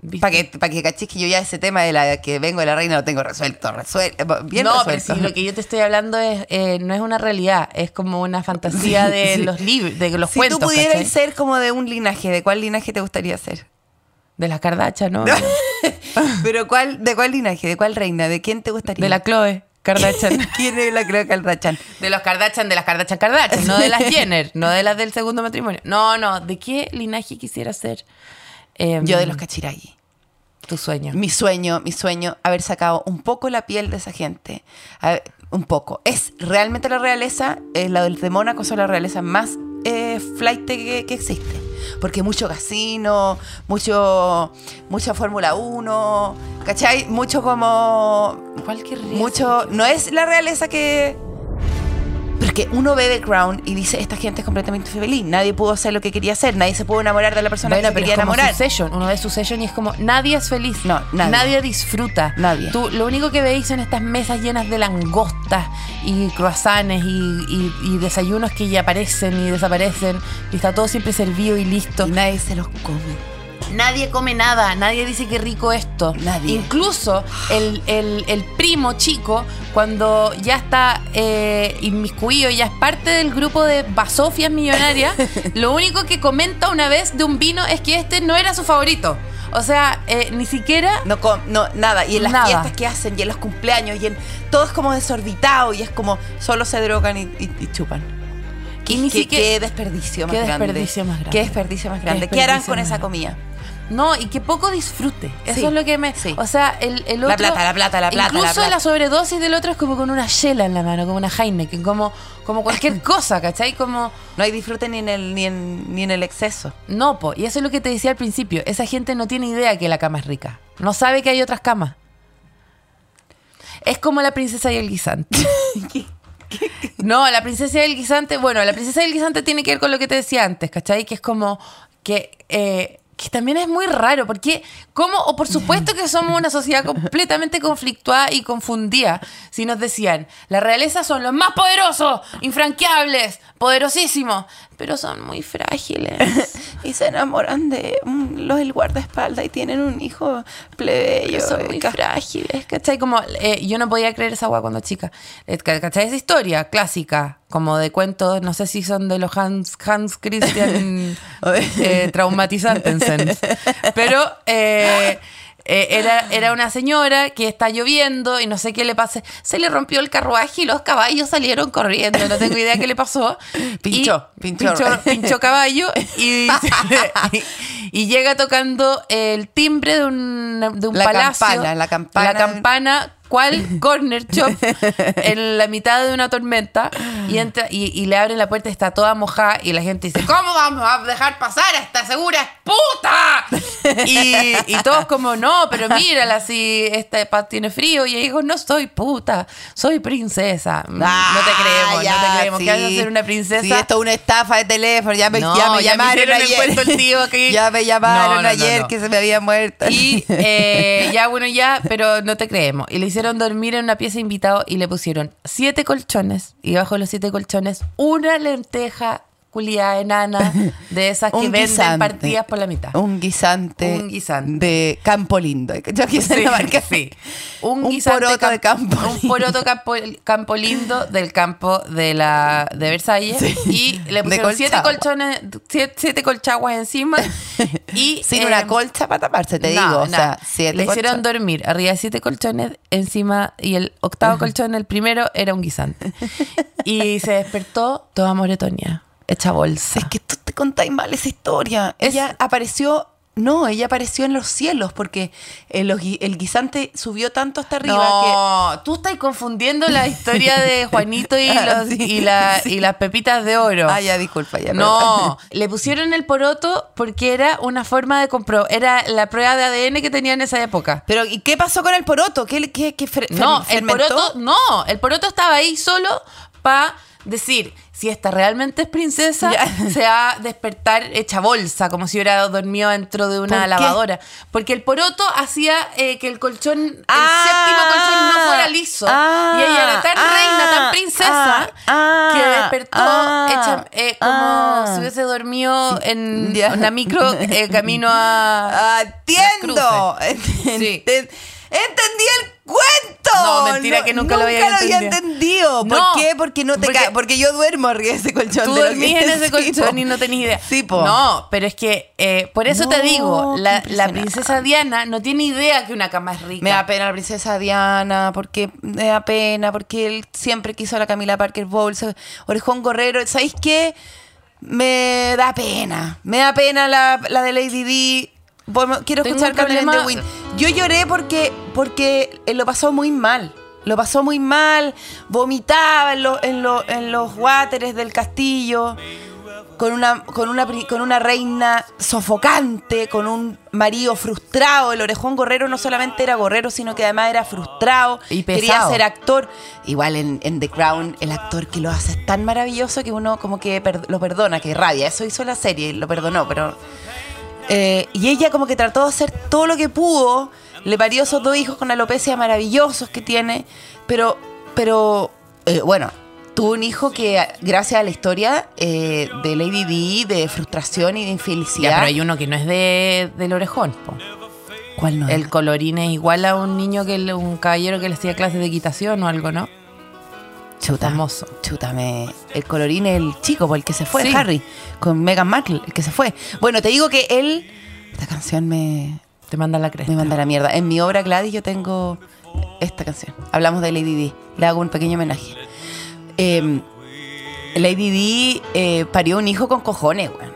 [SPEAKER 3] ¿Viste?
[SPEAKER 1] Para que, pa' que cachis que yo ya ese tema de la que vengo de la reina lo tengo resuelto, resuelto, bien
[SPEAKER 3] no, pero
[SPEAKER 1] resuelto.
[SPEAKER 3] si lo que yo te estoy hablando es eh, no es una realidad, es como una fantasía
[SPEAKER 1] Sí,
[SPEAKER 3] de
[SPEAKER 1] sí.
[SPEAKER 3] los libros, de los
[SPEAKER 1] si
[SPEAKER 3] cuentos.
[SPEAKER 1] tú pudieras
[SPEAKER 3] ¿cachai?
[SPEAKER 1] ser como de un linaje, ¿de cuál linaje te gustaría ser?
[SPEAKER 3] De las Kardashian, ¿no?
[SPEAKER 1] Pero cuál, ¿de cuál linaje? ¿De cuál reina? ¿De quién te gustaría?
[SPEAKER 3] De la Chloe Kardashian.
[SPEAKER 1] ¿Quién es la creo que Kardashian?
[SPEAKER 3] De los Kardashian, de las Kardashian Kardashian, no de las Jenner, no de las del segundo matrimonio. No, no, ¿de qué linaje quisiera ser? Em,
[SPEAKER 1] Yo de los Cachiragui.
[SPEAKER 3] Tu sueño.
[SPEAKER 1] Mi sueño, mi sueño, haber sacado un poco la piel de esa gente. A ver, un poco. Es realmente la realeza, eh, la del de Mónaco son la realeza más eh, flight que, que existe. Porque mucho casino, mucho, mucha Fórmula 1, ¿cachai? Mucho como
[SPEAKER 3] ¿Cuál querrías?
[SPEAKER 1] mucho. No es la realeza que. Porque uno ve The Crown y dice: Esta gente es completamente feliz. Nadie pudo hacer lo que quería hacer. Nadie se pudo enamorar de la persona
[SPEAKER 3] Bueno,
[SPEAKER 1] que se
[SPEAKER 3] pero
[SPEAKER 1] quería
[SPEAKER 3] es como
[SPEAKER 1] enamorar.
[SPEAKER 3] Succession. Uno ve Succession y es como, nadie es feliz.
[SPEAKER 1] No, nadie.
[SPEAKER 3] disfruta.
[SPEAKER 1] Nadie.
[SPEAKER 3] Tú, lo único que veis son estas mesas llenas de langostas y croissants y, y- y desayunos que ya aparecen y desaparecen. Y está todo siempre servido y listo.
[SPEAKER 1] Y nadie se los come.
[SPEAKER 3] Nadie come nada, nadie dice qué rico esto.
[SPEAKER 1] Nadie.
[SPEAKER 3] Incluso el, el- el primo chico, cuando ya está eh, inmiscuido, ya es parte del grupo de basofias millonarias, lo único que comenta una vez de un vino es que este no era su favorito. O sea, eh, ni siquiera
[SPEAKER 1] No, com- no, nada. Y en las
[SPEAKER 3] Nada.
[SPEAKER 1] fiestas que hacen, y en los cumpleaños, y en. Todo es como desorbitado y es como. Solo se drogan y, y- y chupan.
[SPEAKER 3] Y ni
[SPEAKER 1] qué,
[SPEAKER 3] siquiera-
[SPEAKER 1] qué desperdicio más
[SPEAKER 3] qué
[SPEAKER 1] grande.
[SPEAKER 3] desperdicio más grande.
[SPEAKER 1] Qué desperdicio más grande. ¿Qué,
[SPEAKER 3] desperdicio
[SPEAKER 1] harán con
[SPEAKER 3] más
[SPEAKER 1] esa
[SPEAKER 3] grande.
[SPEAKER 1] comida?
[SPEAKER 3] No, y que poco disfrute. Eso
[SPEAKER 1] Sí,
[SPEAKER 3] es lo que me.
[SPEAKER 1] sí.
[SPEAKER 3] O sea, el, el otro.
[SPEAKER 1] La plata, la plata, la plata, la
[SPEAKER 3] Incluso
[SPEAKER 1] plata.
[SPEAKER 3] sobredosis del otro es como con una chela en la mano, como una Heineken, como, como cualquier cosa, ¿cachai? Como.
[SPEAKER 1] No hay disfrute ni en el, ni en, ni en el exceso.
[SPEAKER 3] No, po. Y eso es lo que te decía al principio. Esa gente no tiene idea que la cama es rica. No sabe que hay otras camas. Es como la princesa y el guisante. No, la princesa y el guisante. Bueno, la princesa y el guisante tiene que ver con lo que te decía antes, ¿cachai? Que es como que. eh, que también es muy raro, porque como, o por supuesto que somos una sociedad completamente conflictuada y confundida, si nos decían, la realeza son los más poderosos, infranqueables, poderosísimos, pero son muy frágiles.
[SPEAKER 1] y se enamoran de mm, los del guardaespaldas y tienen un hijo plebeyo. eh,
[SPEAKER 3] son muy
[SPEAKER 1] ca-
[SPEAKER 3] frágiles, ¿cachai? Como eh, yo no podía creer esa agua cuando chica. Eh, ca- ¿Cachai? Esa historia clásica, como de cuentos, no sé si son de los Hans, Hans Christian eh, Traumatizantensen. Pero eh, eh, era, era una señora que está lloviendo y no sé qué le pase. Se le rompió el carruaje y los caballos salieron corriendo. No tengo idea qué le pasó.
[SPEAKER 1] Pinchó,
[SPEAKER 3] Y-
[SPEAKER 1] pinchó.
[SPEAKER 3] pinchó, pinchó caballo y, y- y llega tocando el timbre de un, de un
[SPEAKER 1] La
[SPEAKER 3] palacio.
[SPEAKER 1] campana, la campana.
[SPEAKER 3] La campana, cual corner shop, en la mitad de una tormenta. Y, entra, y, y le abren la puerta, y está toda mojada. Y la gente dice: ¿Cómo vamos a dejar pasar a esta segura puta? Y, y todos, como, no, pero mírala, si este paz tiene frío. Y ella dijo: No soy puta, soy princesa. Mm, no te creemos, no te creemos. que vas a ser una princesa?
[SPEAKER 1] Ah, Sí, esto es una estafa de teléfono. Ya me,
[SPEAKER 3] No,
[SPEAKER 1] ya me
[SPEAKER 3] ya me
[SPEAKER 1] llamaron
[SPEAKER 3] hicieron el
[SPEAKER 1] ayer.
[SPEAKER 3] cuento el tío aquí.
[SPEAKER 1] ya me llamaron
[SPEAKER 3] No, no, no,
[SPEAKER 1] ayer
[SPEAKER 3] no.
[SPEAKER 1] que se me había muerto.
[SPEAKER 3] Y eh, ya, bueno, ya, pero no te creemos. Y le hicieron dormir en una pieza invitado y le pusieron siete colchones. Y bajo los siete colchones, una lenteja culiadas enanas, de esas que
[SPEAKER 1] Un
[SPEAKER 3] venden
[SPEAKER 1] guisante.
[SPEAKER 3] partidas por la mitad.
[SPEAKER 1] Un guisante.
[SPEAKER 3] Un guisante.
[SPEAKER 1] De Campo Lindo. ¿eh? Yo quise
[SPEAKER 3] Sí,
[SPEAKER 1] la marca.
[SPEAKER 3] sí.
[SPEAKER 1] Un,
[SPEAKER 3] Un, guisante
[SPEAKER 1] poroto
[SPEAKER 3] cam-
[SPEAKER 1] de Campo
[SPEAKER 3] Un poroto campo, campo lindo del campo de la de Versalles.
[SPEAKER 1] Sí.
[SPEAKER 3] Y le
[SPEAKER 1] De
[SPEAKER 3] pusieron siete
[SPEAKER 1] colchagua.
[SPEAKER 3] colchones, siete, siete colchaguas encima. Y,
[SPEAKER 1] Sin
[SPEAKER 3] eh,
[SPEAKER 1] una colcha para taparse, te
[SPEAKER 3] no,
[SPEAKER 1] digo. O
[SPEAKER 3] no.
[SPEAKER 1] sea, siete
[SPEAKER 3] Le hicieron
[SPEAKER 1] colchas.
[SPEAKER 3] dormir arriba de siete colchones encima y el octavo colchón, el primero, era un guisante. Y se despertó toda moretonia, hecha bolsa.
[SPEAKER 1] Es que tú te contáis mal esa historia. Ella apareció. No, ella apareció en los cielos porque el, el guisante subió tanto hasta arriba que
[SPEAKER 3] No, tú estás confundiendo la historia de Juanito y,
[SPEAKER 1] Ah,
[SPEAKER 3] los-
[SPEAKER 1] sí,
[SPEAKER 3] y, la- y las pepitas de oro.
[SPEAKER 1] Ah, ya, disculpa, ya.
[SPEAKER 3] No, le pusieron el poroto porque era una forma de compro, era la prueba de ADN que tenía en esa época.
[SPEAKER 1] Pero, ¿y qué pasó con el poroto? ¿Qué, qué, qué fer-
[SPEAKER 3] No,
[SPEAKER 1] fer-
[SPEAKER 3] el
[SPEAKER 1] fermentó?
[SPEAKER 3] poroto, no, el poroto estaba ahí solo para decir si esta realmente es princesa,
[SPEAKER 1] Ya.
[SPEAKER 3] se va a despertar hecha bolsa, como si hubiera dormido dentro de
[SPEAKER 1] ¿Por
[SPEAKER 3] una
[SPEAKER 1] qué?
[SPEAKER 3] lavadora. Porque el poroto hacía eh, que el colchón, el
[SPEAKER 1] Ah,
[SPEAKER 3] séptimo colchón no fuera liso.
[SPEAKER 1] ah,
[SPEAKER 3] y ella era tan
[SPEAKER 1] ah,
[SPEAKER 3] reina, tan princesa,
[SPEAKER 1] ah,
[SPEAKER 3] que despertó
[SPEAKER 1] ah,
[SPEAKER 3] hecha, eh, como
[SPEAKER 1] ah.
[SPEAKER 3] si hubiese dormido en
[SPEAKER 1] Ya.
[SPEAKER 3] una micro eh, camino a...
[SPEAKER 1] Ah, ¡Entiendo!
[SPEAKER 3] Sí.
[SPEAKER 1] Enten- ¡Entendí el cuento!
[SPEAKER 3] No, mentira, que nunca lo había entendido.
[SPEAKER 1] entendido. ¿Por
[SPEAKER 3] No,
[SPEAKER 1] qué? Porque no te
[SPEAKER 3] porque-
[SPEAKER 1] ca- Porque yo duermo arriba de ese colchón.
[SPEAKER 3] Tú
[SPEAKER 1] de lo
[SPEAKER 3] dormís
[SPEAKER 1] que-
[SPEAKER 3] en ese
[SPEAKER 1] Sí,
[SPEAKER 3] colchón
[SPEAKER 1] po.
[SPEAKER 3] y no tenés idea.
[SPEAKER 1] Sí, po.
[SPEAKER 3] No, pero es que eh, por eso
[SPEAKER 1] No,
[SPEAKER 3] te digo,
[SPEAKER 1] qué
[SPEAKER 3] la, la
[SPEAKER 1] impresionante.
[SPEAKER 3] princesa Diana no tiene idea que una cama es rica.
[SPEAKER 1] Me da pena la princesa Diana, porque me da pena, porque él siempre quiso a la Camila Parker Bowles, Orejón Gorrero. ¿Sabéis qué? Me da pena. Me da pena la, la de Lady D. Bueno, Quiero
[SPEAKER 3] Tengo
[SPEAKER 1] escuchar
[SPEAKER 3] un
[SPEAKER 1] Caroline de
[SPEAKER 3] problema-
[SPEAKER 1] Wind. Yo lloré porque, porque él lo pasó muy mal. Lo pasó muy mal. Vomitaba en, lo- en, lo- en los wateres del castillo con una, con una, pri- con una reina sofocante, con un marido frustrado. El orejón gorrero no solamente era gorrero, sino que además era frustrado.
[SPEAKER 3] Y
[SPEAKER 1] Quería
[SPEAKER 3] pesado.
[SPEAKER 1] ser actor. Igual en, en The Crown, el actor que lo hace es tan maravilloso que uno como que per- lo perdona, que rabia. Eso hizo la serie, lo perdonó, pero eh, y ella como que trató de hacer todo lo que pudo. Le parió esos dos hijos con alopecia maravillosos que tiene. Pero, pero eh, bueno, tuvo un hijo que gracias a la historia eh, de Lady D, de frustración y de infelicidad.
[SPEAKER 3] Ya, pero hay uno que no es de, del orejón. po.
[SPEAKER 1] Ah. ¿Cuál no?
[SPEAKER 3] El colorín es igual a un niño que le- un caballero que le hacía clases de equitación o algo, ¿no?
[SPEAKER 1] chuta,
[SPEAKER 3] famoso.
[SPEAKER 1] Chútame. El colorín es el chico, por el que se fue,
[SPEAKER 3] Sí.
[SPEAKER 1] Harry. Con Meghan Markle, el que se fue. Bueno, te digo que él... Esta canción me,
[SPEAKER 3] Te manda la cresta.
[SPEAKER 1] Me manda la mierda. En mi obra Gladys yo tengo esta canción. Hablamos de Lady Di. Le hago un pequeño homenaje. Eh, Lady Di eh, parió un hijo con cojones, weón.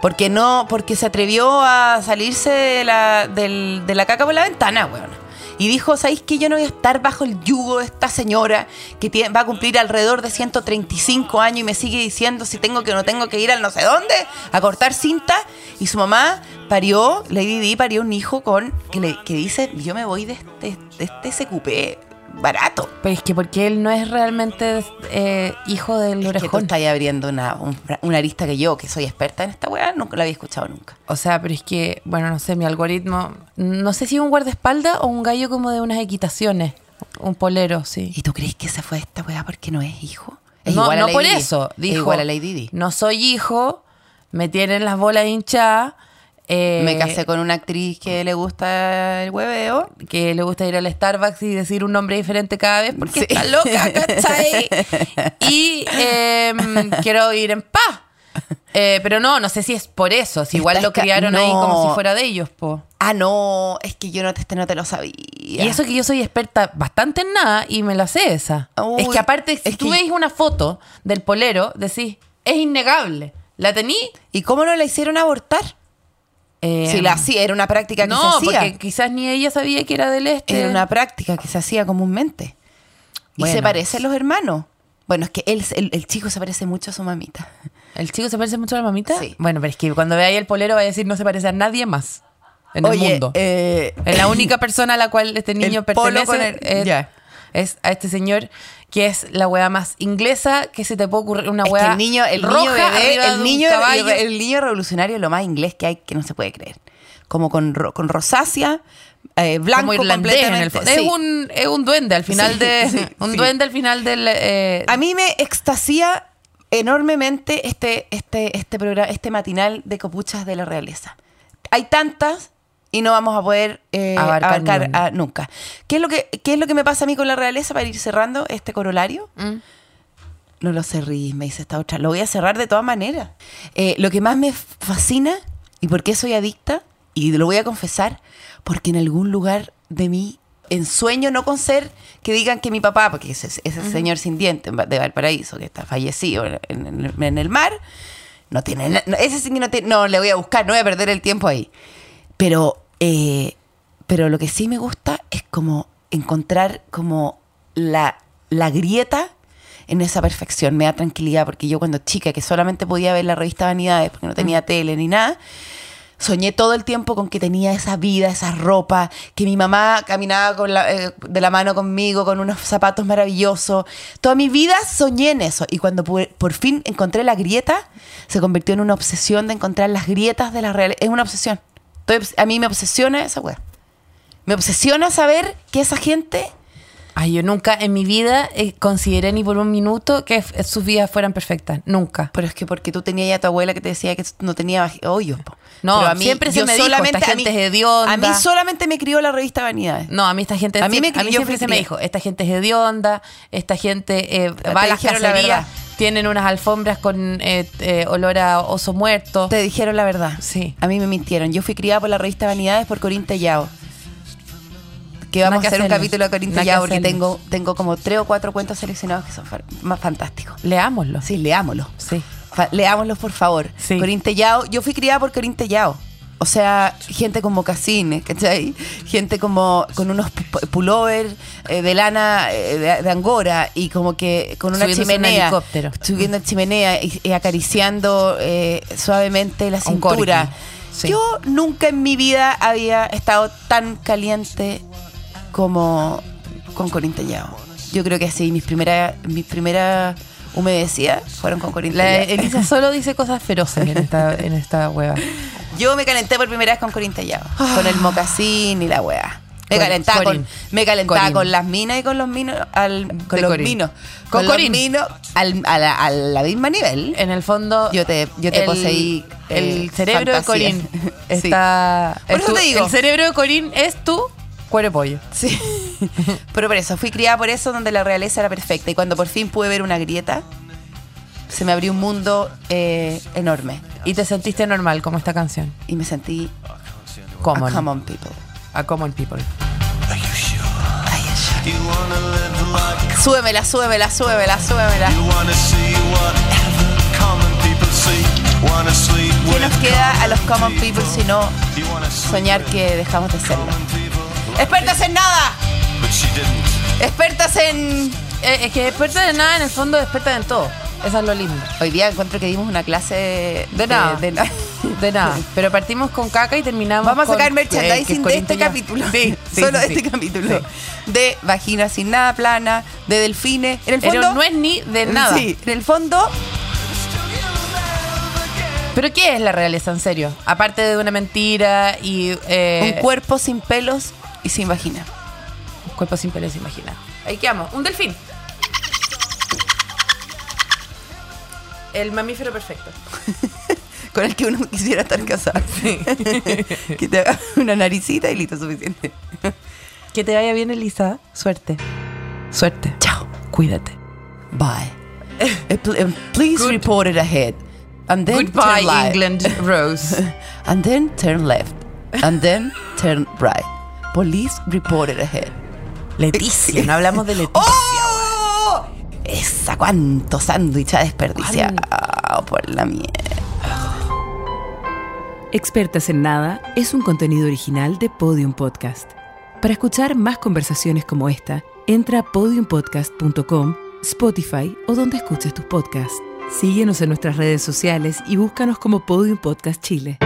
[SPEAKER 1] Porque no, porque se atrevió a salirse de la, del- de la caca por la ventana, weón. Y dijo, ¿sabéis que yo no voy a estar bajo el yugo de esta señora que tiene- va a cumplir alrededor de 135 años y me sigue diciendo si tengo que o no tengo que ir al no sé dónde a cortar cinta? Y su mamá parió, Lady Di parió un hijo con que, le, que dice, yo me voy de este, de este SQP barato.
[SPEAKER 3] Pero es que porque él no es realmente eh, hijo del
[SPEAKER 1] Es que tú
[SPEAKER 3] orejón.
[SPEAKER 1] estás abriendo una, un- una arista que yo, que soy experta en esta weá, nunca la había escuchado nunca.
[SPEAKER 3] O sea, pero es que, bueno, no sé, mi algoritmo. No sé si es un guardaespaldas o un gallo como de unas equitaciones. Un polero, sí.
[SPEAKER 1] ¿Y tú crees que se fue esta weá porque no es hijo? Es
[SPEAKER 3] no,
[SPEAKER 1] igual a
[SPEAKER 3] no
[SPEAKER 1] Lady
[SPEAKER 3] por
[SPEAKER 1] Di.
[SPEAKER 3] eso.
[SPEAKER 1] Es
[SPEAKER 3] Dijo,
[SPEAKER 1] igual a Lady Di.
[SPEAKER 3] No soy hijo, me tienen las bolas hinchadas. eh,
[SPEAKER 1] Me casé con una actriz que le gusta el hueveo.
[SPEAKER 3] que le gusta ir al Starbucks y decir un nombre diferente cada vez porque
[SPEAKER 1] Sí.
[SPEAKER 3] está loca, ¿cachai? Y em, quiero ir en paz. Eh, pero no, no sé si es por eso. Si igual
[SPEAKER 1] Estás
[SPEAKER 3] lo
[SPEAKER 1] ca-
[SPEAKER 3] criaron ahí como
[SPEAKER 1] no.
[SPEAKER 3] si fuera de ellos, po.
[SPEAKER 1] Ah, no, es que yo no te, este no te lo sabía.
[SPEAKER 3] Y eso que yo soy experta bastante en nada y me la sé esa.
[SPEAKER 1] Uy,
[SPEAKER 3] es que aparte, si
[SPEAKER 1] es
[SPEAKER 3] tú
[SPEAKER 1] que-
[SPEAKER 3] veis una foto del polero, decís, es innegable. ¿La tení?
[SPEAKER 1] ¿Y cómo no la hicieron abortar?
[SPEAKER 3] Eh,
[SPEAKER 1] si la hacía, era una práctica que
[SPEAKER 3] No,
[SPEAKER 1] se hacía.
[SPEAKER 3] porque quizás ni ella sabía que era del este.
[SPEAKER 1] Era una práctica que se hacía comúnmente. Y se
[SPEAKER 3] Bueno.
[SPEAKER 1] parecen los hermanos. Bueno, es que él, el, el chico se parece mucho a su mamita.
[SPEAKER 3] ¿El chico se parece mucho a la mamita?
[SPEAKER 1] Sí.
[SPEAKER 3] Bueno, pero es que cuando vea ahí el polero va a decir no se parece a nadie más en
[SPEAKER 1] Oye,
[SPEAKER 3] el mundo.
[SPEAKER 1] eh,
[SPEAKER 3] es la única persona a la cual este niño
[SPEAKER 1] polo
[SPEAKER 3] pertenece.
[SPEAKER 1] con el-
[SPEAKER 3] eh,
[SPEAKER 1] ya.
[SPEAKER 3] Es a este señor que es la wea más inglesa que se te puede ocurrir. Una
[SPEAKER 1] Es
[SPEAKER 3] wea
[SPEAKER 1] que el niño, el
[SPEAKER 3] roja
[SPEAKER 1] niño bebé,
[SPEAKER 3] arriba de
[SPEAKER 1] el
[SPEAKER 3] un
[SPEAKER 1] niño,
[SPEAKER 3] caballo.
[SPEAKER 1] el niño revolucionario es lo más inglés que hay que no se puede creer. Como con, ro- con rosácea, eh, blanco
[SPEAKER 3] como irlandés en
[SPEAKER 1] completamente.
[SPEAKER 3] el fondo.
[SPEAKER 1] Sí.
[SPEAKER 3] Es, un, es un duende al final
[SPEAKER 1] Sí,
[SPEAKER 3] de.
[SPEAKER 1] sí,
[SPEAKER 3] un
[SPEAKER 1] sí.
[SPEAKER 3] duende al final del. eh,
[SPEAKER 1] A mí me extasía enormemente este, este, este, programa, este matinal de copuchas de la realeza. Hay tantas y no vamos a poder eh,
[SPEAKER 3] Abarcar
[SPEAKER 1] abarcar,
[SPEAKER 3] ninguna.
[SPEAKER 1] ah, nunca. ¿Qué es, lo que, ¿Qué es lo que me pasa a mí con la realeza para ir cerrando este corolario? No lo cerrí, me dice esta otra. Lo voy a cerrar de todas maneras. Eh, lo que más me fascina y por qué soy adicta, y lo voy a confesar, porque en algún lugar de mí ensueño no con ser que digan que mi papá, porque ese, ese señor sin dientes en Va- de Valparaíso, que está fallecido en, en el- en el mar, no tiene. na- no, ese sí que no tiene. No, le voy a buscar, no voy a perder el tiempo ahí. Pero, eh, pero lo que sí me gusta es como encontrar como la, la grieta en esa perfección. Me da tranquilidad porque yo cuando chica, que solamente podía ver la revista Vanidades porque no tenía tele ni nada, soñé todo el tiempo con que tenía esa vida, esa ropa, que mi mamá caminaba con la- eh, de la mano conmigo con unos zapatos maravillosos. Toda mi vida soñé en eso y cuando pu- por fin encontré la grieta, se convirtió en una obsesión de encontrar las grietas de las reales. Es una obsesión. Estoy obs- a mí me obsesiona esa weá. Me obsesiona saber que esa gente
[SPEAKER 3] Ay, yo nunca en mi vida eh, consideré ni por un minuto que f- sus vidas fueran perfectas. Nunca.
[SPEAKER 1] Pero es que porque tú tenías ya a tu abuela que te decía que no tenía baji- hoyos. po.
[SPEAKER 3] No,
[SPEAKER 1] Pero
[SPEAKER 3] siempre se
[SPEAKER 1] yo
[SPEAKER 3] me dijo, esta
[SPEAKER 1] a mí-
[SPEAKER 3] gente es hedionda.
[SPEAKER 1] A mí solamente me crió la revista Vanidades.
[SPEAKER 3] No, a mí esta gente
[SPEAKER 1] A mí me
[SPEAKER 3] a
[SPEAKER 1] cri- yo
[SPEAKER 3] siempre
[SPEAKER 1] fui
[SPEAKER 3] se me
[SPEAKER 1] cría.
[SPEAKER 3] dijo, esta gente es hedionda, esta gente eh, va a las
[SPEAKER 1] dijeron la
[SPEAKER 3] cacerías,
[SPEAKER 1] verdad.
[SPEAKER 3] tienen unas alfombras con eh, eh, olor a oso muerto.
[SPEAKER 1] Te dijeron la verdad.
[SPEAKER 3] Sí.
[SPEAKER 1] A mí me mintieron. Yo fui criada por la revista Vanidades por Corín Tellado. Que vamos
[SPEAKER 3] Nada que
[SPEAKER 1] a hacer un
[SPEAKER 3] hacerle.
[SPEAKER 1] capítulo de Corín
[SPEAKER 3] Nada que
[SPEAKER 1] Tellado porque
[SPEAKER 3] hacerle.
[SPEAKER 1] tengo, tengo como tres o cuatro cuentos seleccionados que son fa- más fantásticos.
[SPEAKER 3] Leámoslo.
[SPEAKER 1] Sí, leámoslo.
[SPEAKER 3] Sí.
[SPEAKER 1] Fa- Leámoslos, por favor.
[SPEAKER 3] Sí.
[SPEAKER 1] Corín Tellado. Yo fui criada por Corín Tellado. O sea, gente como Casines, ¿cachai? Gente como con unos pu- pullover eh, de lana eh, de, de angora y como que con una
[SPEAKER 3] Subiéndose a un
[SPEAKER 1] chimenea.
[SPEAKER 3] helicóptero.
[SPEAKER 1] Subiendo la chimenea y, y acariciando eh, suavemente la
[SPEAKER 3] Un
[SPEAKER 1] cintura.
[SPEAKER 3] corgi, sí.
[SPEAKER 1] Yo nunca en mi vida había estado tan caliente como con Corín Tellado. Yo creo que sí, mis primeras mis primeras humedecidas fueron con Corín
[SPEAKER 3] La
[SPEAKER 1] Tellado.
[SPEAKER 3] Elisa solo dice cosas feroces en esta, en esta hueva.
[SPEAKER 1] Yo me calenté por primera vez con Corín Tellado. Con el mocasín y la weá. Me
[SPEAKER 3] Cor-
[SPEAKER 1] calentaba,
[SPEAKER 3] Corín.
[SPEAKER 1] con, me calentaba
[SPEAKER 3] Corín.
[SPEAKER 1] con las minas y con los minos. Al, con
[SPEAKER 3] De
[SPEAKER 1] los
[SPEAKER 3] Corín.
[SPEAKER 1] minos.
[SPEAKER 3] Con
[SPEAKER 1] Con, los
[SPEAKER 3] Corín.
[SPEAKER 1] minos al, a, la, a la misma nivel.
[SPEAKER 3] En el fondo.
[SPEAKER 1] Yo te- yo te
[SPEAKER 3] el-
[SPEAKER 1] poseí,
[SPEAKER 3] El
[SPEAKER 1] eh,
[SPEAKER 3] cerebro
[SPEAKER 1] fantasías.
[SPEAKER 3] de Corín
[SPEAKER 1] Sí.
[SPEAKER 3] está.
[SPEAKER 1] Por
[SPEAKER 3] es
[SPEAKER 1] eso
[SPEAKER 3] tu-
[SPEAKER 1] te digo.
[SPEAKER 3] El cerebro de Corín es tu cuero de pollo.
[SPEAKER 1] Sí. Pero por eso, fui criada por eso, donde la realeza era perfecta. Y cuando por fin pude ver una grieta, se me abrió un mundo eh, enorme.
[SPEAKER 3] Y te sentiste normal como esta canción.
[SPEAKER 1] Y me sentí
[SPEAKER 3] Common.
[SPEAKER 1] a common people.
[SPEAKER 3] A common people.
[SPEAKER 1] Ay, ay, ay. Súbemela, súbemela, súbemela, súbemela. ¿Qué nos queda a los common people si no soñar que dejamos de serlo? ¡Expertas en nada! ¡Expertas en...!
[SPEAKER 3] Eh, es que despierta de nada, en el fondo despierta en todo. Eso es lo lindo.
[SPEAKER 1] Hoy día encuentro que dimos una clase de...
[SPEAKER 3] De nada.
[SPEAKER 1] de na-
[SPEAKER 3] De nada. Pero partimos con caca y terminamos
[SPEAKER 1] Vamos a
[SPEAKER 3] con,
[SPEAKER 1] sacar
[SPEAKER 3] eh, que
[SPEAKER 1] merchandising de
[SPEAKER 3] Corín
[SPEAKER 1] este
[SPEAKER 3] tenía-
[SPEAKER 1] capítulo.
[SPEAKER 3] Sí, sí,
[SPEAKER 1] Solo de
[SPEAKER 3] sí,
[SPEAKER 1] este
[SPEAKER 3] sí.
[SPEAKER 1] capítulo.
[SPEAKER 3] Sí.
[SPEAKER 1] De vagina sin nada plana, de delfines. En el
[SPEAKER 3] Pero
[SPEAKER 1] fondo...
[SPEAKER 3] no es ni de nada.
[SPEAKER 1] Sí, en el fondo...
[SPEAKER 3] ¿Pero qué es la realeza, en serio? Aparte de una mentira y... eh,
[SPEAKER 1] un cuerpo sin pelos y sin vagina.
[SPEAKER 3] cuerpo sin pelos, imagina. Ahí quedamos. Un delfín. El mamífero perfecto.
[SPEAKER 1] Con el que uno quisiera estar casado. que te haga una naricita y listo, suficiente.
[SPEAKER 3] Que te vaya bien, Elisa. Suerte. Suerte.
[SPEAKER 1] Chao.
[SPEAKER 3] Cuídate.
[SPEAKER 1] Bye. Eh, pl- eh, Please
[SPEAKER 3] Good-
[SPEAKER 1] report it ahead. And then
[SPEAKER 3] Goodbye,
[SPEAKER 1] turn left.
[SPEAKER 3] England Rose.
[SPEAKER 1] And then turn left. And then turn right. Police report it ahead.
[SPEAKER 3] Leticia. No hablamos de Leticia.
[SPEAKER 1] ¡Oh! Esa, cuánto sándwich ha desperdiciado por la mierda.
[SPEAKER 4] Expertas en Nada es un contenido original de Podium Podcast. Para escuchar más conversaciones como esta, entra a podiumpodcast.com, Spotify o donde escuches tus podcasts. Síguenos en nuestras redes sociales y búscanos como Podium Podcast Chile.